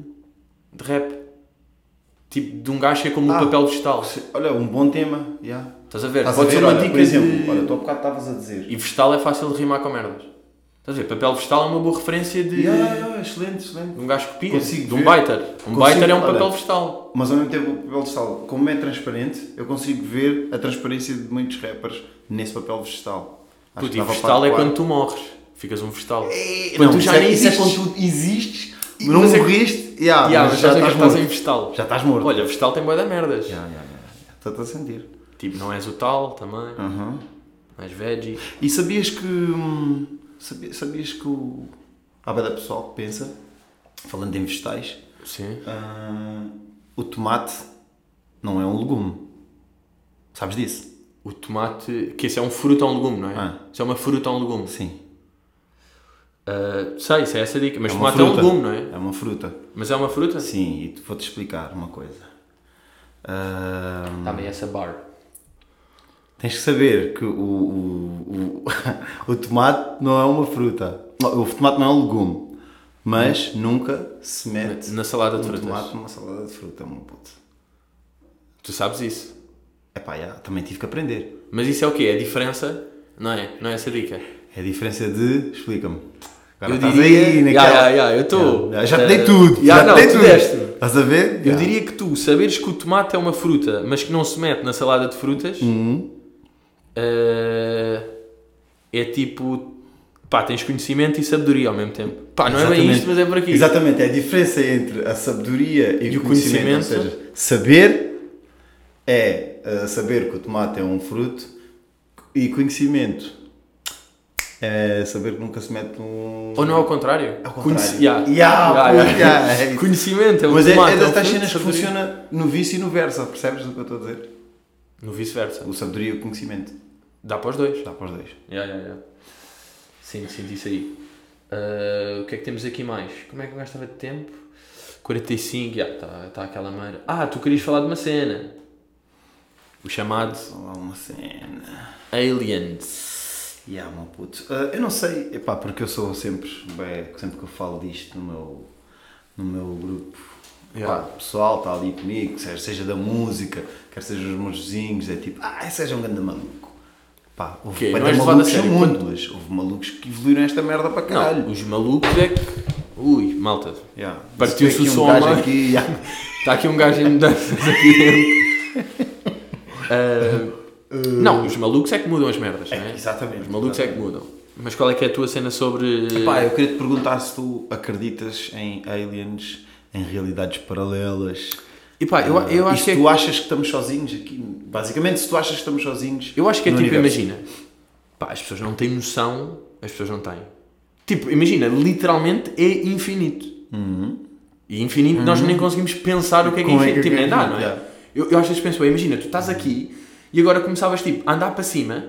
[SPEAKER 1] de rap. Tipo, de um gajo que é como
[SPEAKER 2] Ah.
[SPEAKER 1] um papel vegetal.
[SPEAKER 2] Olha, um bom tema. Yeah.
[SPEAKER 1] Estás a ver?
[SPEAKER 2] Estás a
[SPEAKER 1] Pode
[SPEAKER 2] ver?
[SPEAKER 1] ser uma
[SPEAKER 2] Olha,
[SPEAKER 1] dica
[SPEAKER 2] por exemplo,
[SPEAKER 1] de...
[SPEAKER 2] olha, tu há bocado estavas a dizer.
[SPEAKER 1] E vegetal é fácil de rimar com merdas. Estás a ver? Papel vegetal é uma boa referência de...
[SPEAKER 2] Yeah, yeah, yeah, excelente, excelente.
[SPEAKER 1] De um gajo que pia.
[SPEAKER 2] Consigo
[SPEAKER 1] de um
[SPEAKER 2] ver.
[SPEAKER 1] baiter. Um
[SPEAKER 2] Consigo-
[SPEAKER 1] baiter é um
[SPEAKER 2] olha.
[SPEAKER 1] papel vegetal.
[SPEAKER 2] Mas ao mesmo tempo, o papel vegetal, como é transparente, eu consigo ver a transparência de muitos rappers nesse papel vegetal. Acho
[SPEAKER 1] Puto,
[SPEAKER 2] que
[SPEAKER 1] e
[SPEAKER 2] dava
[SPEAKER 1] vegetal
[SPEAKER 2] para
[SPEAKER 1] é
[SPEAKER 2] atuar.
[SPEAKER 1] quando tu morres. Ficas um vegetal.
[SPEAKER 2] Eh,
[SPEAKER 1] quando
[SPEAKER 2] não,
[SPEAKER 1] tu já
[SPEAKER 2] isso é-
[SPEAKER 1] nem
[SPEAKER 2] isso é
[SPEAKER 1] existes.
[SPEAKER 2] quando tu existes, não
[SPEAKER 1] mas é-
[SPEAKER 2] morreste, yeah,
[SPEAKER 1] Yeah, mas
[SPEAKER 2] mas
[SPEAKER 1] estás
[SPEAKER 2] já
[SPEAKER 1] a ver
[SPEAKER 2] estás
[SPEAKER 1] que estás em
[SPEAKER 2] morto.
[SPEAKER 1] vegetal.
[SPEAKER 2] Já estás morto.
[SPEAKER 1] Olha, vegetal tem boi da merdas.
[SPEAKER 2] Yeah, yeah, yeah, yeah. Estou-te a sentir.
[SPEAKER 1] Tipo, não és o tal também.
[SPEAKER 2] Aham.
[SPEAKER 1] Mais veggie.
[SPEAKER 2] E sabias que. hum, sabi- Sabias que o. Há bada pessoal que pensa, falando em vegetais,
[SPEAKER 1] Sim.
[SPEAKER 2] ah, o tomate não é um legume. Sabes disso?
[SPEAKER 1] O tomate. Que esse é um fruto ou um legume, não é?
[SPEAKER 2] Ah.
[SPEAKER 1] Isso é uma fruta ou um legume.
[SPEAKER 2] Sim.
[SPEAKER 1] Ah, sei, isso é essa a dica. Mas
[SPEAKER 2] É uma
[SPEAKER 1] tomate é um
[SPEAKER 2] fruta.
[SPEAKER 1] legume, não é?
[SPEAKER 2] É uma fruta.
[SPEAKER 1] Mas é uma fruta?
[SPEAKER 2] Sim, e te- vou-te explicar uma coisa. Ah,
[SPEAKER 1] Está Tá bem, essa bar.
[SPEAKER 2] tens que saber que o, o, o, o tomate não é uma fruta. O tomate não é um legume. Mas nunca se mete
[SPEAKER 1] Na salada de
[SPEAKER 2] um
[SPEAKER 1] frutas.
[SPEAKER 2] tomate numa salada de fruta, meu puto.
[SPEAKER 1] Tu sabes isso.
[SPEAKER 2] Epá, já, também tive que aprender.
[SPEAKER 1] Mas isso é o quê? É a diferença? Não é? Não é essa a dica?
[SPEAKER 2] É a diferença de. Explica-me. Agora
[SPEAKER 1] Eu
[SPEAKER 2] estás
[SPEAKER 1] diria-
[SPEAKER 2] aí,
[SPEAKER 1] Ya, ya,
[SPEAKER 2] naquela.
[SPEAKER 1] ya, eu estou.
[SPEAKER 2] Já, já te
[SPEAKER 1] Eh,
[SPEAKER 2] dei tudo.
[SPEAKER 1] ya,
[SPEAKER 2] já
[SPEAKER 1] não,
[SPEAKER 2] te dei
[SPEAKER 1] tu
[SPEAKER 2] tudo.
[SPEAKER 1] deste-me.
[SPEAKER 2] Estás a ver?
[SPEAKER 1] Eu diria que tu, saberes que o tomate é uma fruta, mas que não se mete na salada de frutas,
[SPEAKER 2] Uhum.
[SPEAKER 1] eh, é tipo. Pá, tens conhecimento e sabedoria ao mesmo tempo. Pá, não é bem isto, mas é por aqui.
[SPEAKER 2] Exatamente, é a diferença entre a sabedoria e,
[SPEAKER 1] E o
[SPEAKER 2] o conhecimento.
[SPEAKER 1] conhecimento.
[SPEAKER 2] Ou seja, saber é uh, saber que o tomate é um fruto e conhecimento é saber que nunca se mete um.
[SPEAKER 1] Ou não é ao contrário?
[SPEAKER 2] Ao contrário.
[SPEAKER 1] Conheci- Ya.
[SPEAKER 2] Ya,
[SPEAKER 1] Ya, ya.
[SPEAKER 2] puto, ya, é isso.
[SPEAKER 1] Conhecimento é o
[SPEAKER 2] Mas é,
[SPEAKER 1] tomate.
[SPEAKER 2] é
[SPEAKER 1] um
[SPEAKER 2] das
[SPEAKER 1] fruto,
[SPEAKER 2] tais cenas que
[SPEAKER 1] sabedoria.
[SPEAKER 2] funciona no vice e no versa, percebes o que eu estou a dizer?
[SPEAKER 1] No vice-versa.
[SPEAKER 2] O sabedoria e o conhecimento.
[SPEAKER 1] Dá para os dois.
[SPEAKER 2] Dá para os dois.
[SPEAKER 1] Ya, ya, ya. Sim, sim, disse aí. Ah, o que é que temos aqui mais? Como é que eu gastava de tempo? 45, já, está tá aquela maneira. Ah, tu querias falar de uma cena. O chamado
[SPEAKER 2] Só Então, há uma cena.
[SPEAKER 1] Aliens.
[SPEAKER 2] E há meu puto. Ah, eu não sei, epá, porque eu sou sempre, bem, sempre que eu falo disto no meu, no meu grupo,
[SPEAKER 1] Yeah.
[SPEAKER 2] pá, o pessoal está ali comigo, quer seja da música, quer seja os meus vizinhos, é tipo, ah, seja um grande maluco. Pá, houve
[SPEAKER 1] Quê?
[SPEAKER 2] bué
[SPEAKER 1] Não
[SPEAKER 2] de
[SPEAKER 1] és levado a
[SPEAKER 2] malucos no
[SPEAKER 1] sério,
[SPEAKER 2] mundo, mas houve malucos que evoluíram esta merda para caralho.
[SPEAKER 1] Não, os malucos é que. Ui, malta.
[SPEAKER 2] Yeah.
[SPEAKER 1] Partiu-se
[SPEAKER 2] Tem aqui
[SPEAKER 1] o som é?
[SPEAKER 2] um gajo
[SPEAKER 1] ao mar.
[SPEAKER 2] aqui, yeah.
[SPEAKER 1] Está aqui um gajo em mudanças aqui dentro. Ah, não, os malucos é que mudam as merdas, não é?
[SPEAKER 2] Exatamente.
[SPEAKER 1] Os malucos é que mudam. Mas qual é que é a tua cena sobre.
[SPEAKER 2] Pá, eu queria te perguntar se tu acreditas em aliens, em realidades paralelas.
[SPEAKER 1] E pá, eu, eu
[SPEAKER 2] e
[SPEAKER 1] acho que
[SPEAKER 2] se
[SPEAKER 1] é
[SPEAKER 2] tu achas que estamos sozinhos aqui, basicamente, se tu achas que estamos sozinhos.
[SPEAKER 1] Eu acho que é
[SPEAKER 2] no
[SPEAKER 1] tipo,
[SPEAKER 2] universo.
[SPEAKER 1] imagina, pá, as pessoas não têm noção, as pessoas não têm. Tipo, imagina, literalmente é infinito. E infinito nós nem conseguimos pensar o que é que é
[SPEAKER 2] Como é
[SPEAKER 1] infinito.
[SPEAKER 2] que Uhum. é
[SPEAKER 1] tipo,
[SPEAKER 2] que é
[SPEAKER 1] nem dá, não é?
[SPEAKER 2] infinito, já.
[SPEAKER 1] Eu, eu às vezes penso, "Ué, imagina, tu estás aqui e agora começavas tipo, a andar para cima,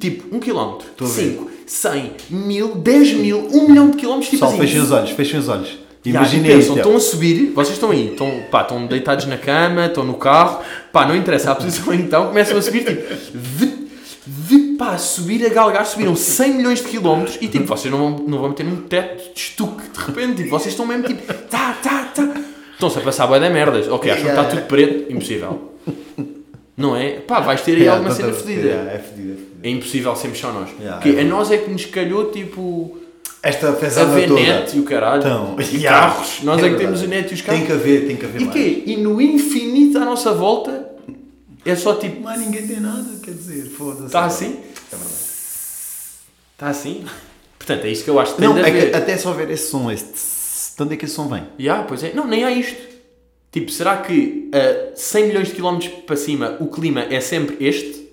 [SPEAKER 1] tipo, um quilómetro,
[SPEAKER 2] Uhum. a ver.
[SPEAKER 1] cinco, cem, mil, dez mil, um milhão de quilómetros, tipo
[SPEAKER 2] Pessoal,
[SPEAKER 1] assim.
[SPEAKER 2] fechem os olhos, fechem os olhos.
[SPEAKER 1] Ya,
[SPEAKER 2] Imaginem
[SPEAKER 1] e
[SPEAKER 2] isto.
[SPEAKER 1] pensam, "Então estão a subir, vocês estão aí, estão, pá, estão deitados na cama, estão no carro, pá, não interessa a posição então, começam a subir, tipo, vi- vi- pá, subir a galgar, subiram 100 milhões de quilómetros e tipo, vocês não vão, não vão ter num teto de estuque de repente, tipo, vocês estão mesmo tipo, tá, tá, tá, estão-se a passar boia de merdas, ok, acham que está tudo preto, impossível, não é? Pá, vais ter aí
[SPEAKER 2] Ya,
[SPEAKER 1] alguma
[SPEAKER 2] tá-
[SPEAKER 1] cena
[SPEAKER 2] tá-
[SPEAKER 1] fedida.
[SPEAKER 2] ya, é fedida, é fedida.
[SPEAKER 1] É impossível sermos só nós.
[SPEAKER 2] Ya,
[SPEAKER 1] Porque
[SPEAKER 2] é
[SPEAKER 1] a nós é que nos calhou, tipo,
[SPEAKER 2] Esta
[SPEAKER 1] a
[SPEAKER 2] fezada
[SPEAKER 1] ver
[SPEAKER 2] toda.
[SPEAKER 1] net e o caralho.
[SPEAKER 2] Então,
[SPEAKER 1] e
[SPEAKER 2] ya,
[SPEAKER 1] carros. Nós é, que
[SPEAKER 2] verdade.
[SPEAKER 1] temos o net e os carros.
[SPEAKER 2] Tem que haver, tem que haver
[SPEAKER 1] E
[SPEAKER 2] mais.
[SPEAKER 1] quê? E no infinito à nossa volta é só tipo.
[SPEAKER 2] Mas ninguém tem nada, quer dizer, foda-se.
[SPEAKER 1] Está assim?
[SPEAKER 2] É verdade.
[SPEAKER 1] Está assim? Portanto, é isso que eu acho que tem
[SPEAKER 2] Não,
[SPEAKER 1] de
[SPEAKER 2] é
[SPEAKER 1] haver.
[SPEAKER 2] que até só ver esse som, esse. tss, De onde é que esse som vem?
[SPEAKER 1] Ya, pois é. Não, nem há isto. Tipo, será que a 100 milhões de quilómetros para cima o clima é sempre este?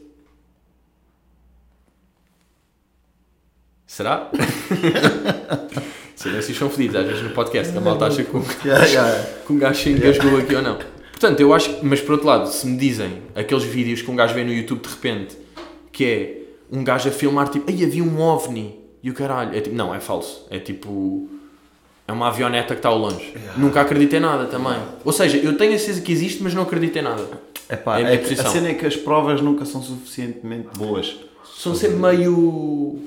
[SPEAKER 1] Será? Silêncios são fedidos às vezes no podcast, que a malta acha que o
[SPEAKER 2] Ya, ya.
[SPEAKER 1] que um gajo se engasgou aqui ou não. Portanto, eu acho que, mas por outro lado, se me dizem aqueles vídeos que um gajo vê no YouTube de repente, que é um gajo a filmar tipo, ai havia um ovni e o caralho, é tipo, não, é falso, é tipo, é uma avioneta que está ao longe. Nunca acredito em nada também. Ou seja, eu tenho a certeza que existe, mas não acredito em nada.
[SPEAKER 2] Epá,
[SPEAKER 1] É a minha
[SPEAKER 2] é que a
[SPEAKER 1] posição.
[SPEAKER 2] cena é que as provas nunca são suficientemente boas.
[SPEAKER 1] São sempre meio.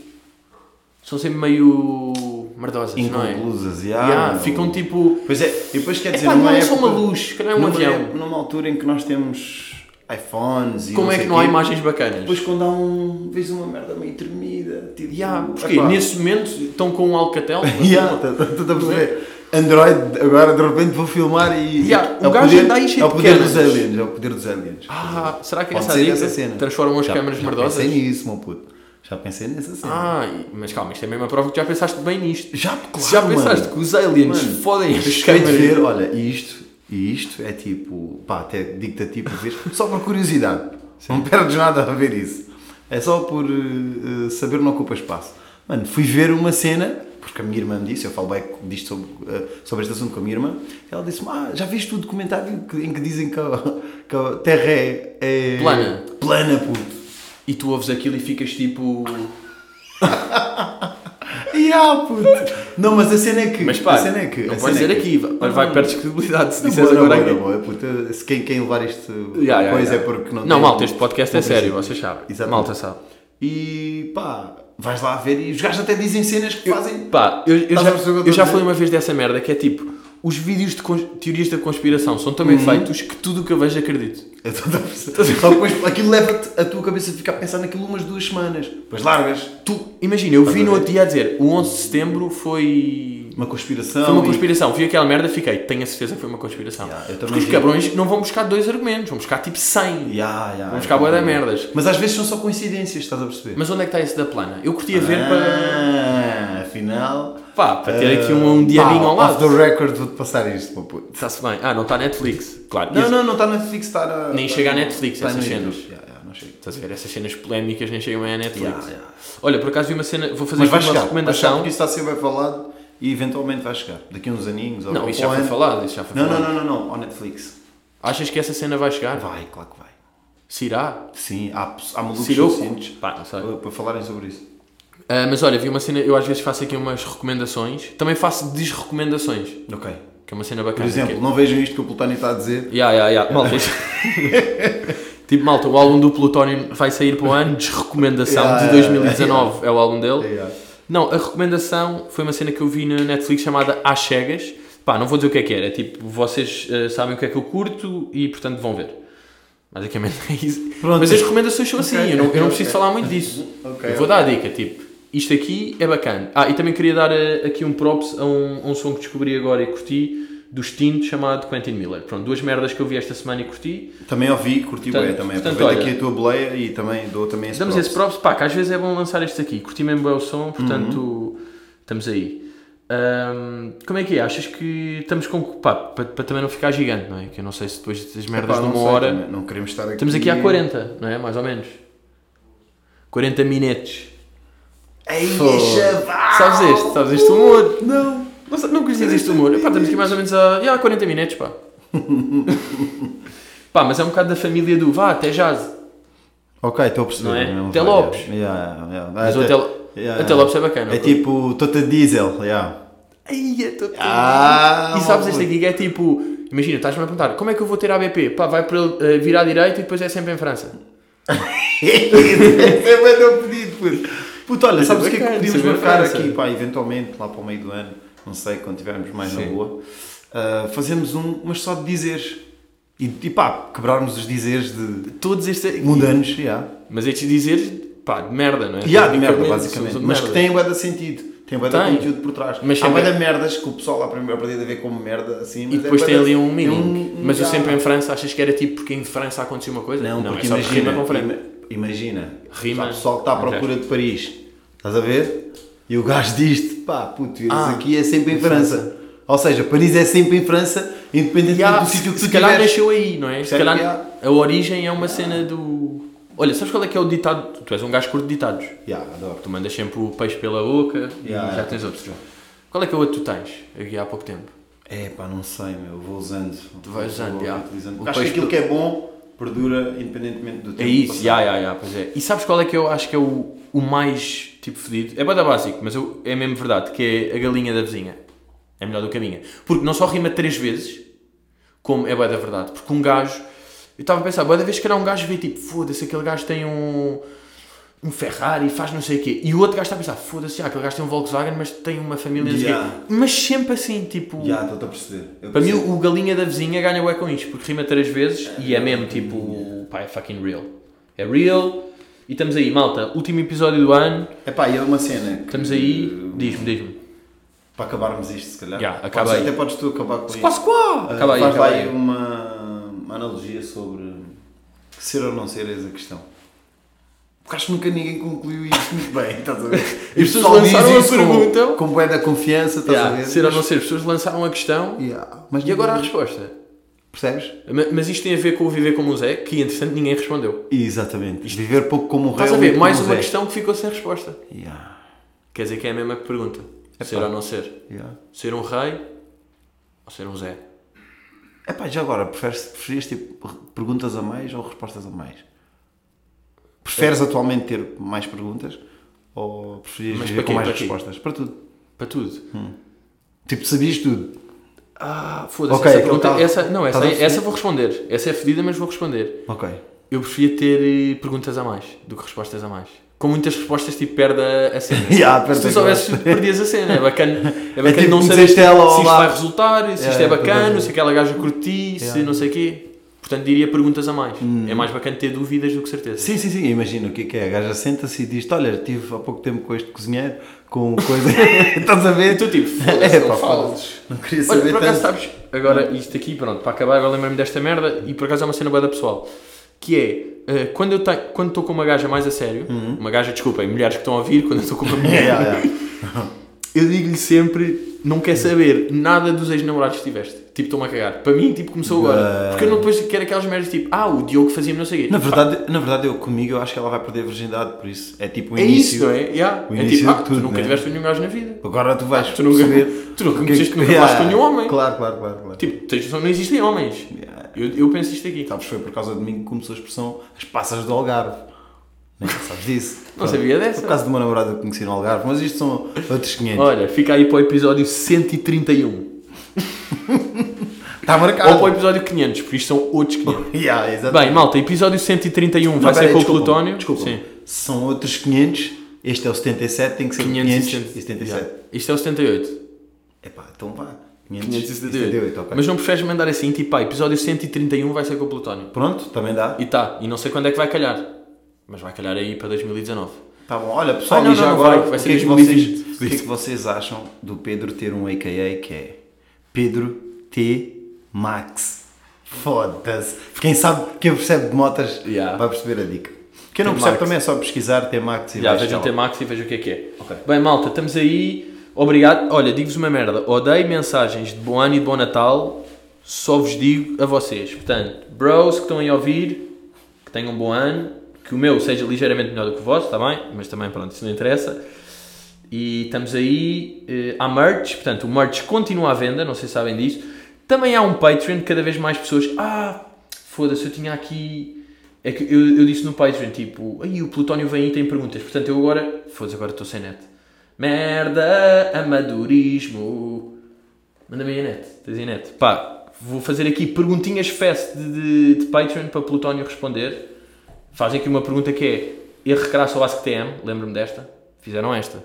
[SPEAKER 1] São sempre meio. merdosas, não é?
[SPEAKER 2] inconclusas. Yeah,
[SPEAKER 1] Yeah,
[SPEAKER 2] meu.
[SPEAKER 1] ficam tipo.
[SPEAKER 2] Pois é, e depois quer
[SPEAKER 1] É
[SPEAKER 2] dizer,
[SPEAKER 1] pá, não
[SPEAKER 2] numa
[SPEAKER 1] é só uma
[SPEAKER 2] época-
[SPEAKER 1] luz, que não é um
[SPEAKER 2] numa,
[SPEAKER 1] avião.
[SPEAKER 2] época- numa altura em que nós temos iPhones e
[SPEAKER 1] Como é
[SPEAKER 2] sei
[SPEAKER 1] que não há
[SPEAKER 2] quê,
[SPEAKER 1] imagens bacanas?
[SPEAKER 2] Depois quando há um. vês uma merda meio tremida. Tipo,
[SPEAKER 1] Yeah, porquê?
[SPEAKER 2] epá.
[SPEAKER 1] Nesse momento estão com um Alcatel.
[SPEAKER 2] Yeah, tá- tá- tá- tá a perceber? Android, agora de repente vou filmar e.
[SPEAKER 1] Yeah,
[SPEAKER 2] é
[SPEAKER 1] o gajo anda aí cheio
[SPEAKER 2] É o
[SPEAKER 1] de
[SPEAKER 2] poder dos
[SPEAKER 1] câmeras.
[SPEAKER 2] aliens, é o poder dos aliens.
[SPEAKER 1] Ah, será que é
[SPEAKER 2] Pode
[SPEAKER 1] essa a
[SPEAKER 2] ser
[SPEAKER 1] dica?
[SPEAKER 2] essa cena.
[SPEAKER 1] Transformam as
[SPEAKER 2] Já-
[SPEAKER 1] câmaras
[SPEAKER 2] Já
[SPEAKER 1] merdosas?
[SPEAKER 2] pensei nisso, meu puto. Já pensei nessa cena.
[SPEAKER 1] Ah, e- mas calma, isto é mesmo a prova que já pensaste bem nisto.
[SPEAKER 2] já,
[SPEAKER 1] Se já
[SPEAKER 2] claro,
[SPEAKER 1] pensaste
[SPEAKER 2] mano.
[SPEAKER 1] que os aliens
[SPEAKER 2] Mano,
[SPEAKER 1] fodem
[SPEAKER 2] Eu
[SPEAKER 1] as
[SPEAKER 2] cheguei de
[SPEAKER 1] câmaras.
[SPEAKER 2] ver, olha, isto, e isto é tipo, pá, até digo-te a ti por vezes, só por curiosidade. Não perdes nada a ver isso. É só por eh, eh, saber não ocupa espaço. Mano, fui ver uma cena, porque a minha irmã me disse, eu falo bem disto sobre, eh, sobre este assunto com a minha irmã, ela disse-me, ah, já viste o documentário que- em que dizem que a, que a Terra é, é-
[SPEAKER 1] Plana.
[SPEAKER 2] Plana, puto.
[SPEAKER 1] E tu ouves aquilo e ficas tipo.
[SPEAKER 2] E ah, puto. Não, mas a cena é que...
[SPEAKER 1] Mas pá,
[SPEAKER 2] a cena é que...
[SPEAKER 1] não
[SPEAKER 2] a
[SPEAKER 1] pode
[SPEAKER 2] cena
[SPEAKER 1] dizer
[SPEAKER 2] é que-
[SPEAKER 1] aqui, vai,
[SPEAKER 2] Não,
[SPEAKER 1] vai
[SPEAKER 2] não,
[SPEAKER 1] perdes credibilidade se
[SPEAKER 2] Não,
[SPEAKER 1] disseres
[SPEAKER 2] boa, não,
[SPEAKER 1] é agora
[SPEAKER 2] boa,
[SPEAKER 1] aqui.
[SPEAKER 2] não, boa, puta, se quem, quem levar isto
[SPEAKER 1] Ya, ya,
[SPEAKER 2] coisa
[SPEAKER 1] ya.
[SPEAKER 2] é porque não
[SPEAKER 1] Não,
[SPEAKER 2] tem-
[SPEAKER 1] malta, este podcast é
[SPEAKER 2] não tem
[SPEAKER 1] sério,
[SPEAKER 2] sentido.
[SPEAKER 1] vocês sabem.
[SPEAKER 2] Exatamente.
[SPEAKER 1] Malta sabe.
[SPEAKER 2] E pá, vais lá ver e os gajos até dizem cenas que fazem.
[SPEAKER 1] Pá, eu, eu
[SPEAKER 2] Estás
[SPEAKER 1] já,
[SPEAKER 2] a perceber o que eu
[SPEAKER 1] eu
[SPEAKER 2] estou
[SPEAKER 1] já
[SPEAKER 2] a
[SPEAKER 1] falei
[SPEAKER 2] dizer?
[SPEAKER 1] uma vez dessa merda que é tipo: os vídeos de cons- teorias da conspiração são tão
[SPEAKER 2] Uhum.
[SPEAKER 1] bem feitos que tudo o que eu vejo acredito.
[SPEAKER 2] Eu estou a perceber. Só que depois aquilo leva-te a tua cabeça a ficar a pensar naquilo umas duas semanas. Depois largas.
[SPEAKER 1] Tu, imagina, eu vi
[SPEAKER 2] a
[SPEAKER 1] no
[SPEAKER 2] ver?
[SPEAKER 1] outro dia a dizer: o 11 de setembro foi.
[SPEAKER 2] Uma conspiração.
[SPEAKER 1] Foi uma
[SPEAKER 2] e-
[SPEAKER 1] conspiração. Vi aquela merda, fiquei, tenho a certeza que foi uma conspiração.
[SPEAKER 2] Yeah, eu também
[SPEAKER 1] Porque os
[SPEAKER 2] vi.
[SPEAKER 1] cabrões não vão buscar dois argumentos, vão buscar tipo 100.
[SPEAKER 2] Ya, ya,
[SPEAKER 1] Vão buscar
[SPEAKER 2] eu
[SPEAKER 1] bué da
[SPEAKER 2] também.
[SPEAKER 1] merdas.
[SPEAKER 2] Mas às vezes são só coincidências, estás a perceber?
[SPEAKER 1] Mas onde é que está esse da plana? Eu curtia ver para.
[SPEAKER 2] Ah, afinal.
[SPEAKER 1] Pá, para ter aqui um,
[SPEAKER 2] eh,
[SPEAKER 1] um diabinho
[SPEAKER 2] pá,
[SPEAKER 1] ao
[SPEAKER 2] Off the
[SPEAKER 1] lado.
[SPEAKER 2] record, vou-te passar isto, meu puto.
[SPEAKER 1] Está-se bem. Ah, não está Netflix. Claro.
[SPEAKER 2] Não,
[SPEAKER 1] Isso-
[SPEAKER 2] não, não está na Netflix, está na.
[SPEAKER 1] Nem
[SPEAKER 2] está
[SPEAKER 1] chega à
[SPEAKER 2] no-
[SPEAKER 1] Netflix
[SPEAKER 2] está no
[SPEAKER 1] essas
[SPEAKER 2] YouTube.
[SPEAKER 1] cenas.
[SPEAKER 2] Ya, ya, não chega.
[SPEAKER 1] Estás a ver? Essas cenas polémicas nem chegam bem à Netflix.
[SPEAKER 2] Yeah, yeah.
[SPEAKER 1] Olha, por acaso vi uma cena. Vou fazer
[SPEAKER 2] Mas
[SPEAKER 1] aqui
[SPEAKER 2] vai
[SPEAKER 1] uma
[SPEAKER 2] chegar, vai chegar,
[SPEAKER 1] recomendação.
[SPEAKER 2] porque isso está a ser bem falado e eventualmente vai chegar. Daqui a uns aninhos ou
[SPEAKER 1] Não, isso
[SPEAKER 2] ou
[SPEAKER 1] já foi
[SPEAKER 2] ano.
[SPEAKER 1] falado. Isso já foi
[SPEAKER 2] Não,
[SPEAKER 1] falado.
[SPEAKER 2] não, não, não, não, ao Netflix.
[SPEAKER 1] Achas que essa cena vai chegar?
[SPEAKER 2] Vai, claro que vai.
[SPEAKER 1] Se irá?
[SPEAKER 2] Sim, há, pos- há malucos
[SPEAKER 1] Siroco?
[SPEAKER 2] suficientes
[SPEAKER 1] Pá, não sei.
[SPEAKER 2] para para falarem sobre isso.
[SPEAKER 1] Ah, mas olha, vi uma cena. Eu às vezes faço aqui umas recomendações. Também faço desrecomendações.
[SPEAKER 2] Ok.
[SPEAKER 1] Que é uma cena bacana.
[SPEAKER 2] Por exemplo, não vejam isto que o Plutónio está a dizer.
[SPEAKER 1] Ya, ya, ya. Malta, isso- tipo, malta, o álbum do Plutónio vai sair para o ano, desrecomendação
[SPEAKER 2] Ya,
[SPEAKER 1] de
[SPEAKER 2] ya,
[SPEAKER 1] 2019 é o álbum dele.
[SPEAKER 2] Yeah.
[SPEAKER 1] Não, a recomendação foi uma cena que eu vi na Netflix chamada Às Cegas. Pá, não vou dizer o que é que era, é tipo, vocês eh, sabem o que é que eu curto e portanto vão ver. Basicamente é isso.
[SPEAKER 2] Pronto.
[SPEAKER 1] Mas as recomendações são assim,
[SPEAKER 2] Ok,
[SPEAKER 1] eu, não, eu não
[SPEAKER 2] ok,
[SPEAKER 1] preciso
[SPEAKER 2] ok.
[SPEAKER 1] falar muito disso.
[SPEAKER 2] Ok,
[SPEAKER 1] eu vou dar a dica, tipo, isto aqui é bacana. Ah, e também queria dar eh, aqui um props a um, a um som que descobri agora e curti, do Stint, chamado Quentin Miller. Pronto, duas merdas que eu vi esta semana e curti.
[SPEAKER 2] Também ouvi, curti
[SPEAKER 1] Portanto-
[SPEAKER 2] bem também.
[SPEAKER 1] portanto,
[SPEAKER 2] Aproveita
[SPEAKER 1] olha-
[SPEAKER 2] aqui a tua boleia e também dou também esse
[SPEAKER 1] Damos
[SPEAKER 2] props.
[SPEAKER 1] esse props, pá, que às vezes é bom lançar este aqui. Curti mesmo bem o som, portanto, estamos aí. Ahm, como é que é? Achas que estamos com. pá, para, para também não ficar gigante, não é? Que eu não sei se depois das merdas de
[SPEAKER 2] Epá, não
[SPEAKER 1] uma
[SPEAKER 2] sei
[SPEAKER 1] hora.
[SPEAKER 2] também, Não queremos estar aqui.
[SPEAKER 1] Estamos aqui há 40, não é? Mais ou menos. 40 minutos.
[SPEAKER 2] Ei,
[SPEAKER 1] Fogo.
[SPEAKER 2] chaval! Uh,
[SPEAKER 1] Sabes este? Sabes este humor? Não! Não, sa- não conheces
[SPEAKER 2] Quarenta
[SPEAKER 1] este humor? Pá, estamos aqui mais ou menos há, já há 40 minutos, pá. pá, mas é um bocado da família do. vá, até jazz.
[SPEAKER 2] Ok, estou a perceber.
[SPEAKER 1] Não é?
[SPEAKER 2] mesmo,
[SPEAKER 1] Até
[SPEAKER 2] vai,
[SPEAKER 1] Lopes.
[SPEAKER 2] é. Yeah, yeah, yeah.
[SPEAKER 1] Mas o
[SPEAKER 2] Até-
[SPEAKER 1] Até- Até Lopes é bacana,
[SPEAKER 2] É
[SPEAKER 1] pô.
[SPEAKER 2] tipo Tota Diesel. Yeah.
[SPEAKER 1] Ai, eu estou
[SPEAKER 2] Ah,
[SPEAKER 1] E sabes esta
[SPEAKER 2] maluco.
[SPEAKER 1] giga é tipo, imagina, estás-me a perguntar, como é que eu vou ter a BP? Pá, vai para eh, virar à direita e depois é sempre em França.
[SPEAKER 2] é bem meu pedido, puto. Puto, olha, sabes o que é que
[SPEAKER 1] bacana,
[SPEAKER 2] podíamos
[SPEAKER 1] saber
[SPEAKER 2] marcar
[SPEAKER 1] França.
[SPEAKER 2] aqui, pá, eventualmente, lá para o meio do ano, não sei, quando tivermos mais
[SPEAKER 1] Sim.
[SPEAKER 2] na rua, ah, fazemos um, mas só de dizeres. E, e pá, quebrarmos os dizeres de
[SPEAKER 1] Todos estes.
[SPEAKER 2] mundanos, yeah.
[SPEAKER 1] Mas estes dizeres, pá, de merda, não é?
[SPEAKER 2] E há de merda,
[SPEAKER 1] Tecnicamente,
[SPEAKER 2] basicamente.
[SPEAKER 1] são de
[SPEAKER 2] Mas
[SPEAKER 1] merda.
[SPEAKER 2] que tem bué de sentido. Tem bué de
[SPEAKER 1] Tem.
[SPEAKER 2] conteúdo por trás.
[SPEAKER 1] Mas
[SPEAKER 2] Mas há
[SPEAKER 1] sempre- é-
[SPEAKER 2] bué de merdas que o pessoal lá primeiro partida vê como merda, assim.
[SPEAKER 1] E
[SPEAKER 2] mas é
[SPEAKER 1] depois
[SPEAKER 2] bué
[SPEAKER 1] tem
[SPEAKER 2] de-
[SPEAKER 1] ali um mínimo.
[SPEAKER 2] um-
[SPEAKER 1] mas eu
[SPEAKER 2] yeah.
[SPEAKER 1] sempre em França, achas que era tipo porque em França aconteceu uma coisa?
[SPEAKER 2] Não, porque
[SPEAKER 1] é só porque
[SPEAKER 2] imagina,
[SPEAKER 1] rima com França.
[SPEAKER 2] ima- imagina,
[SPEAKER 1] Rima.
[SPEAKER 2] o pessoal que está à
[SPEAKER 1] Ok.
[SPEAKER 2] procura de Paris, estás a ver? E o gajo diz-te, pá, puto, vires
[SPEAKER 1] Ah,
[SPEAKER 2] aqui é sempre em França. Ou seja, Paris é sempre em França, independentemente
[SPEAKER 1] Yeah,
[SPEAKER 2] do
[SPEAKER 1] se,
[SPEAKER 2] sítio que
[SPEAKER 1] se
[SPEAKER 2] tu
[SPEAKER 1] calhar
[SPEAKER 2] tiveres.
[SPEAKER 1] nasceu aí, não é? Se
[SPEAKER 2] Percebe
[SPEAKER 1] calhar
[SPEAKER 2] que há-
[SPEAKER 1] a origem é uma cena do. Olha, sabes qual é que é o ditado? Tu és um gajo curto de ditados.
[SPEAKER 2] Yeah, adoro.
[SPEAKER 1] Tu mandas sempre o peixe pela boca e
[SPEAKER 2] Yeah,
[SPEAKER 1] já
[SPEAKER 2] yeah.
[SPEAKER 1] tens outros. Qual é que é o outro que tu tens? Aqui há pouco tempo.
[SPEAKER 2] É pá, não sei, meu, vou usando. Tu
[SPEAKER 1] vais usando, yeah. O
[SPEAKER 2] Acho
[SPEAKER 1] peixe
[SPEAKER 2] que aquilo
[SPEAKER 1] do-
[SPEAKER 2] que é bom perdura independentemente do tempo.
[SPEAKER 1] É isso, já, já, já, pois é. E sabes qual é que eu acho que é o, o mais tipo fedido? É bada básico, mas eu- é mesmo verdade, que é a galinha da vizinha. É melhor do que a minha. Porque não só rima três vezes, como é bada verdade. Porque um gajo. Eu estava a pensar, bada vez que era um gajo vê tipo, foda-se, aquele gajo tem um. um Ferrari, faz não sei o quê. E o outro gajo está a pensar, foda-se, ah, aquele gajo tem um Volkswagen, mas tem uma família, não sei o
[SPEAKER 2] Yeah.
[SPEAKER 1] quê. Mas sempre assim, tipo...
[SPEAKER 2] Já, estou-te a perceber. Eu
[SPEAKER 1] Para mim,
[SPEAKER 2] percebo.
[SPEAKER 1] o galinha da vizinha ganha bué com isto, porque rima três vezes e é mesmo tipo, pá, é fucking real. É real. E estamos aí, malta, último episódio do ano,
[SPEAKER 2] Epá, e é uma cena. que-
[SPEAKER 1] estamos aí, diz-me, diz-me.
[SPEAKER 2] Para acabarmos isto, se calhar.
[SPEAKER 1] Já,
[SPEAKER 2] Podes-
[SPEAKER 1] acaba aí.
[SPEAKER 2] Até podes tu acabar com isto.
[SPEAKER 1] Quase
[SPEAKER 2] Ah,
[SPEAKER 1] quase! Acaba aí,
[SPEAKER 2] faz
[SPEAKER 1] acaba
[SPEAKER 2] lá aí
[SPEAKER 1] aí.
[SPEAKER 2] uma, uma analogia sobre ser ou não ser és a questão. Porque acho que nunca ninguém concluiu isto muito bem, estás a ver? E o
[SPEAKER 1] pessoas
[SPEAKER 2] pessoal diz
[SPEAKER 1] lançaram a
[SPEAKER 2] isso
[SPEAKER 1] pergunta.
[SPEAKER 2] Com, com bué da confiança, estás a
[SPEAKER 1] Yeah,
[SPEAKER 2] ver?
[SPEAKER 1] ser ou não ser, as pessoas lançaram a questão
[SPEAKER 2] Yeah, Mas
[SPEAKER 1] e agora a
[SPEAKER 2] ninguém-
[SPEAKER 1] resposta.
[SPEAKER 2] Percebes?
[SPEAKER 1] Ma- Mas isto tem a ver com o viver como um Zé, que entretanto ninguém respondeu.
[SPEAKER 2] Exatamente. Viver pouco como um réu.
[SPEAKER 1] Estás a ver?
[SPEAKER 2] muito
[SPEAKER 1] Mais
[SPEAKER 2] como
[SPEAKER 1] uma
[SPEAKER 2] Zé.
[SPEAKER 1] questão que ficou sem resposta.
[SPEAKER 2] Yeah,
[SPEAKER 1] Quer dizer que é a mesma pergunta. Ser ou não ser?
[SPEAKER 2] yeah.
[SPEAKER 1] Ser um rei ou ser um Zé?
[SPEAKER 2] Epá, já agora, preferes, preferias tipo perguntas a mais ou respostas a mais?
[SPEAKER 1] É.
[SPEAKER 2] Preferes atualmente ter mais perguntas ou preferias
[SPEAKER 1] Mas
[SPEAKER 2] viver
[SPEAKER 1] para
[SPEAKER 2] com
[SPEAKER 1] quê?
[SPEAKER 2] mais
[SPEAKER 1] Para quê?
[SPEAKER 2] respostas? Para tudo.
[SPEAKER 1] Para tudo.
[SPEAKER 2] Tipo, sabias tudo.
[SPEAKER 1] Ah, foda-se,
[SPEAKER 2] Ok,
[SPEAKER 1] essa
[SPEAKER 2] então
[SPEAKER 1] pergunta.
[SPEAKER 2] tá.
[SPEAKER 1] Essa, não, essa,
[SPEAKER 2] Tá bem
[SPEAKER 1] essa vou responder. Essa é fedida, mas vou responder.
[SPEAKER 2] Ok.
[SPEAKER 1] Eu preferia ter eh, perguntas a mais do que respostas a mais. Com muitas respostas, tipo, perde a a cena.
[SPEAKER 2] Yeah, perde
[SPEAKER 1] se tu
[SPEAKER 2] a
[SPEAKER 1] soubesses, perdias a cena. É bacana, é bacana
[SPEAKER 2] tipo
[SPEAKER 1] não
[SPEAKER 2] dizer
[SPEAKER 1] saber se
[SPEAKER 2] ela,
[SPEAKER 1] isto
[SPEAKER 2] olá.
[SPEAKER 1] vai resultar, se isto
[SPEAKER 2] Yeah,
[SPEAKER 1] é
[SPEAKER 2] yeah,
[SPEAKER 1] bacana,
[SPEAKER 2] totalmente.
[SPEAKER 1] se aquela gaja curti, se
[SPEAKER 2] Yeah. Hum.
[SPEAKER 1] não sei o quê. Portanto, diria perguntas a mais. É mais bacana ter dúvidas do que certezas.
[SPEAKER 2] Sim, sim, sim. Imagina o que é que é. A gaja senta-se e diz: Olha, estive há pouco tempo com este cozinheiro, com coisa. Estás a ver?
[SPEAKER 1] E tu, tipo, foda-se,
[SPEAKER 2] É,
[SPEAKER 1] não
[SPEAKER 2] pá,
[SPEAKER 1] fales.
[SPEAKER 2] foda-se. Não queria
[SPEAKER 1] Olha,
[SPEAKER 2] saber
[SPEAKER 1] por acaso, tá-
[SPEAKER 2] tanto. Hum.
[SPEAKER 1] sabes? Agora, isto aqui, pronto, para acabar, agora lembro-me desta merda e por acaso é uma cena bué da pessoal. Que é, eh, quando eu tenho- quando estou com uma gaja mais a sério, uma gaja, desculpem, mulheres que estão a ouvir, quando eu estou com uma mulher,
[SPEAKER 2] Uhum. Yeah, yeah.
[SPEAKER 1] eu digo-lhe sempre, não quer saber nada dos ex-namorados que tiveste. Tipo, estou-me a cagar. Para mim, tipo, começou agora.
[SPEAKER 2] Bué.
[SPEAKER 1] Porque eu não depois quero aquelas merdas tipo, ah, o Diogo fazia-me não sei o quê.
[SPEAKER 2] Na verdade, na verdade, eu comigo eu acho que ela vai perder a virgindade, por isso. É tipo o
[SPEAKER 1] é
[SPEAKER 2] início.
[SPEAKER 1] isso, não é? Yeah.
[SPEAKER 2] o
[SPEAKER 1] É
[SPEAKER 2] início
[SPEAKER 1] tipo, ah,
[SPEAKER 2] de
[SPEAKER 1] tu
[SPEAKER 2] tudo,
[SPEAKER 1] nunca
[SPEAKER 2] né?
[SPEAKER 1] tiveste nenhum gajo na vida.
[SPEAKER 2] Agora tu vais
[SPEAKER 1] Ah, Tu nunca,
[SPEAKER 2] perceber.
[SPEAKER 1] tu nunca
[SPEAKER 2] o é
[SPEAKER 1] conheceste, nunca
[SPEAKER 2] Yeah.
[SPEAKER 1] falaste com nenhum homem.
[SPEAKER 2] Claro, claro, claro. claro.
[SPEAKER 1] Tipo, tens noção, não existem homens. Eu, eu penso isto aqui.
[SPEAKER 2] Sabes, foi por causa de mim que começou a expressão as passas do Algarve. Nem sabes disso.
[SPEAKER 1] Não sabia dessa.
[SPEAKER 2] Por causa de uma namorada que conheci no Algarve, mas isto são outros 500.
[SPEAKER 1] Olha, fica aí para o episódio 131. Ou
[SPEAKER 2] Está Tá marcado.
[SPEAKER 1] para o episódio 500, porque isto são outros 500.
[SPEAKER 2] Yeah, exatamente.
[SPEAKER 1] Bem, malta, episódio 131
[SPEAKER 2] Não,
[SPEAKER 1] vai ser
[SPEAKER 2] peraí,
[SPEAKER 1] com o
[SPEAKER 2] é, desculpa,
[SPEAKER 1] Plutónio.
[SPEAKER 2] Desculpa.
[SPEAKER 1] Sim.
[SPEAKER 2] São outros 500. Este é o 77, tem que ser 577.
[SPEAKER 1] Yeah. Isto é o 78.
[SPEAKER 2] Epá, então vá.
[SPEAKER 1] 578.
[SPEAKER 2] 578, ok.
[SPEAKER 1] Mas não preferes mandar assim, tipo, pá, episódio 131 vai ser com o Plutónio.
[SPEAKER 2] Pronto, também dá.
[SPEAKER 1] E tá, e não sei quando é que vai calhar. Mas vai calhar aí para 2019.
[SPEAKER 2] Tá bom, olha pessoal,
[SPEAKER 1] Ah, não,
[SPEAKER 2] e já
[SPEAKER 1] não, não
[SPEAKER 2] agora,
[SPEAKER 1] vai, vai
[SPEAKER 2] o,
[SPEAKER 1] ser
[SPEAKER 2] que é que
[SPEAKER 1] 2020.
[SPEAKER 2] vocês, o que é que vocês acham do Pedro ter um AKA que é Pedro T. Max? Foda-se. Quem sabe, quem percebe de motas
[SPEAKER 1] Yeah.
[SPEAKER 2] vai perceber a dica. Quem não
[SPEAKER 1] T.
[SPEAKER 2] percebe
[SPEAKER 1] Max.
[SPEAKER 2] também é só pesquisar T. Max e
[SPEAKER 1] Já,
[SPEAKER 2] vai
[SPEAKER 1] vejam
[SPEAKER 2] chegar
[SPEAKER 1] até
[SPEAKER 2] lá.
[SPEAKER 1] Max e vejam o que é que é.
[SPEAKER 2] Ok.
[SPEAKER 1] Bem, malta, estamos aí. Obrigado. Olha, digo-vos uma merda. Odeio mensagens de bom ano e de bom Natal. Só vos digo a vocês. Portanto, bros que estão aí a ouvir, que tenham um bom ano. Que o meu seja ligeiramente melhor do que o vosso, está bem? Mas também, pronto, isso não interessa. E estamos aí. eh, Há merch, portanto, o merch continua à venda, não sei se sabem disso. Também há um Patreon, cada vez mais pessoas. Ah, foda-se, eu tinha aqui. É que eu, eu disse no Patreon, tipo, aí o Plutónio vem e tem perguntas. Portanto, eu agora. Foda-se, agora estou sem net. Merda, amadorismo. Manda-me aí a net, tens aí a net. Pá, vou fazer aqui perguntinhas fest de, de, de Patreon para Plutónio responder. Fazem aqui uma pergunta que é R crasso ao AskTM, lembro-me desta. Fizeram esta.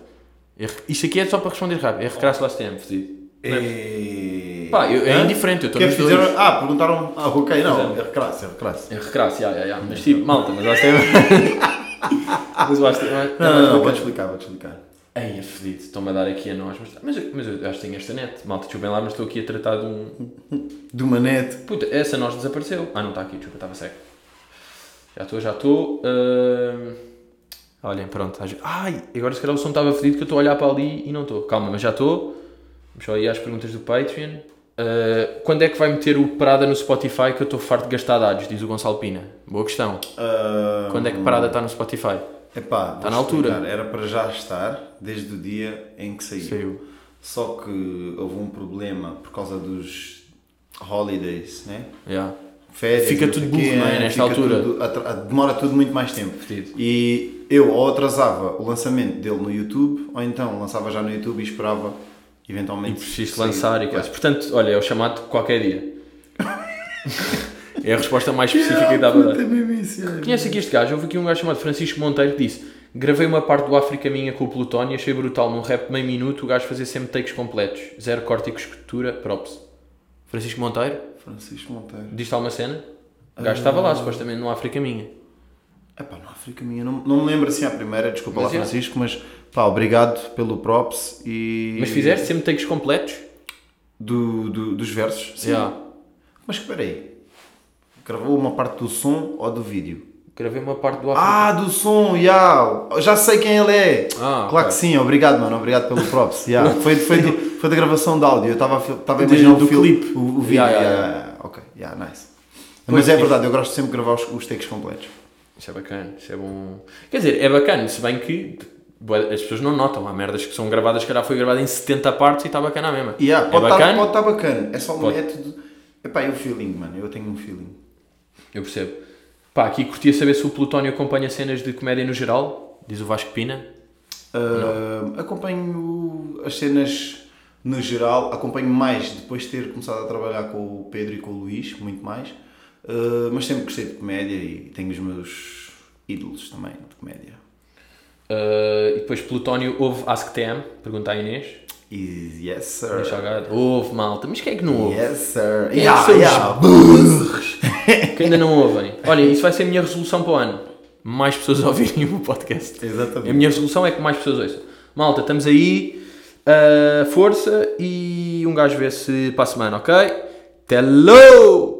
[SPEAKER 1] R... Isto aqui é só para responder rápido. R crasso ao AskTM, fedido.
[SPEAKER 2] E...
[SPEAKER 1] Pá, eu- é
[SPEAKER 2] Hã?
[SPEAKER 1] indiferente, eu estou
[SPEAKER 2] Que é
[SPEAKER 1] nos
[SPEAKER 2] fizeram-
[SPEAKER 1] dois.
[SPEAKER 2] Ah, perguntaram. Ah, ok, não.
[SPEAKER 1] Fizeram.
[SPEAKER 2] É recrasse, é recrasse.
[SPEAKER 1] R crasso, já, já, já. Mas tipo, malta, mas o AskTM... mas o AskTM...
[SPEAKER 2] Não, não, não, pode explicar, pode explicar.
[SPEAKER 1] é- Ei, é fedido, estão-me a dar aqui a nós. Mas, mas, eu- mas eu acho que tenho esta net. Malta, desculpem lá, mas estou aqui a tratar de um.
[SPEAKER 2] Do Manete.
[SPEAKER 1] Puta, essa nós desapareceu. Ah, não está aqui, desculpa, estava seco. Já estou, já estou. Ahm, Olhem, pronto. às- Ai, agora se calhar o som estava fedido que eu estou a olhar para ali e não estou. Calma, mas já estou. Vamos só aí às perguntas do Patreon. Ah, quando é que vai meter o Parada no Spotify que eu estou farto de gastar dados? Diz o Gonçalo Pina. Boa questão.
[SPEAKER 2] Ah,
[SPEAKER 1] Quando é que Parada está no Spotify?
[SPEAKER 2] Epá,
[SPEAKER 1] Está
[SPEAKER 2] vou
[SPEAKER 1] Tá na altura.
[SPEAKER 2] explicar. Era para já estar desde o dia em que saiu.
[SPEAKER 1] Saiu.
[SPEAKER 2] Só que houve um problema por causa dos holidays, né?
[SPEAKER 1] Yeah.
[SPEAKER 2] Férias,
[SPEAKER 1] Fica
[SPEAKER 2] não sei
[SPEAKER 1] tudo
[SPEAKER 2] quê,
[SPEAKER 1] burro, não é? Nesta
[SPEAKER 2] fica
[SPEAKER 1] altura.
[SPEAKER 2] tudo atra- demora tudo muito mais tempo.
[SPEAKER 1] Fedido.
[SPEAKER 2] E eu ou atrasava o lançamento dele no YouTube, ou então lançava já no YouTube e esperava
[SPEAKER 1] E
[SPEAKER 2] eventualmente.
[SPEAKER 1] preciso
[SPEAKER 2] sair.
[SPEAKER 1] lançar e
[SPEAKER 2] Yeah.
[SPEAKER 1] coisas. Portanto, olha, é o chamado qualquer dia. é a resposta mais específica que dá para dar.
[SPEAKER 2] Puta, é mesmo isso, é.
[SPEAKER 1] Conhece aqui este gajo? Houve aqui um gajo chamado Francisco Monteiro que disse: Gravei uma parte do África Minha com o Plutónio e achei brutal. Num rap de meio minuto, o gajo fazia sempre takes completos. Zero corte e costura, props. Francisco Monteiro,
[SPEAKER 2] Francisco Monteiro.
[SPEAKER 1] diz-te alguma cena? O gajo estava
[SPEAKER 2] Ah.
[SPEAKER 1] lá, supostamente, no África Minha.
[SPEAKER 2] Epá, no África Minha, não, não me lembro assim à primeira, desculpa
[SPEAKER 1] Mas
[SPEAKER 2] lá
[SPEAKER 1] é.
[SPEAKER 2] Francisco, mas pá, obrigado pelo props e...
[SPEAKER 1] Mas fizeste sempre takes completos?
[SPEAKER 2] Do, do- dos versos, sim.
[SPEAKER 1] Yeah.
[SPEAKER 2] Mas espera aí, gravou uma parte do som ou do vídeo?
[SPEAKER 1] Gravei uma parte do África
[SPEAKER 2] Ah, do som, yeah. já sei quem ele é.
[SPEAKER 1] Ah, ok.
[SPEAKER 2] claro que sim, obrigado, mano, obrigado pelo props. yeah. foi, foi, do- foi da gravação de áudio, eu estava a fil- estava a
[SPEAKER 1] De-
[SPEAKER 2] imaginar
[SPEAKER 1] do
[SPEAKER 2] o filme,
[SPEAKER 1] clipe.
[SPEAKER 2] o, o vídeo.
[SPEAKER 1] Yeah,
[SPEAKER 2] Yeah,
[SPEAKER 1] yeah,
[SPEAKER 2] yeah, Ok, yeah, nice.
[SPEAKER 1] Pois,
[SPEAKER 2] Mas é
[SPEAKER 1] sim.
[SPEAKER 2] verdade, eu gosto sempre de gravar os, os takes completos.
[SPEAKER 1] Isso é bacana, isso é bom. Quer dizer, é bacana, se bem que bué, as pessoas não notam. Há merdas que são gravadas, que calhar foi gravada em 70 partes e está bacana mesmo.
[SPEAKER 2] Yeah,
[SPEAKER 1] é
[SPEAKER 2] pode estar
[SPEAKER 1] bacana,
[SPEAKER 2] bacana. Tá bacana, é só um
[SPEAKER 1] Pode.
[SPEAKER 2] método. Epá, é o feeling, mano, eu tenho um feeling.
[SPEAKER 1] eu percebo. Pá, aqui curtia saber se o Plutónio acompanha cenas de comédia no geral, diz o Vasco Pina.
[SPEAKER 2] Ah, acompanho as cenas no geral, acompanho mais depois de ter começado a trabalhar com o Pedro e com o Luís, muito mais, Ah, mas sempre gostei de comédia e tenho os meus ídolos também de comédia.
[SPEAKER 1] Uh, e depois Plutónio ouve AskTM, pergunta à Inês.
[SPEAKER 2] E yes
[SPEAKER 1] Inês
[SPEAKER 2] sir.
[SPEAKER 1] Salgado, ouve malta, mas quem é que não ouve?
[SPEAKER 2] Yes sir.
[SPEAKER 1] Quem
[SPEAKER 2] Yeah,
[SPEAKER 1] são os
[SPEAKER 2] yeah.
[SPEAKER 1] Que ainda não ouvem. Olhem, isso vai ser a minha resolução para o ano. Mais pessoas ouvirem o podcast.
[SPEAKER 2] Exatamente.
[SPEAKER 1] A minha resolução é que mais pessoas ouçam. Malta, estamos aí. Ah, Uh, força e um gajo vê se para a semana, ok? Hello!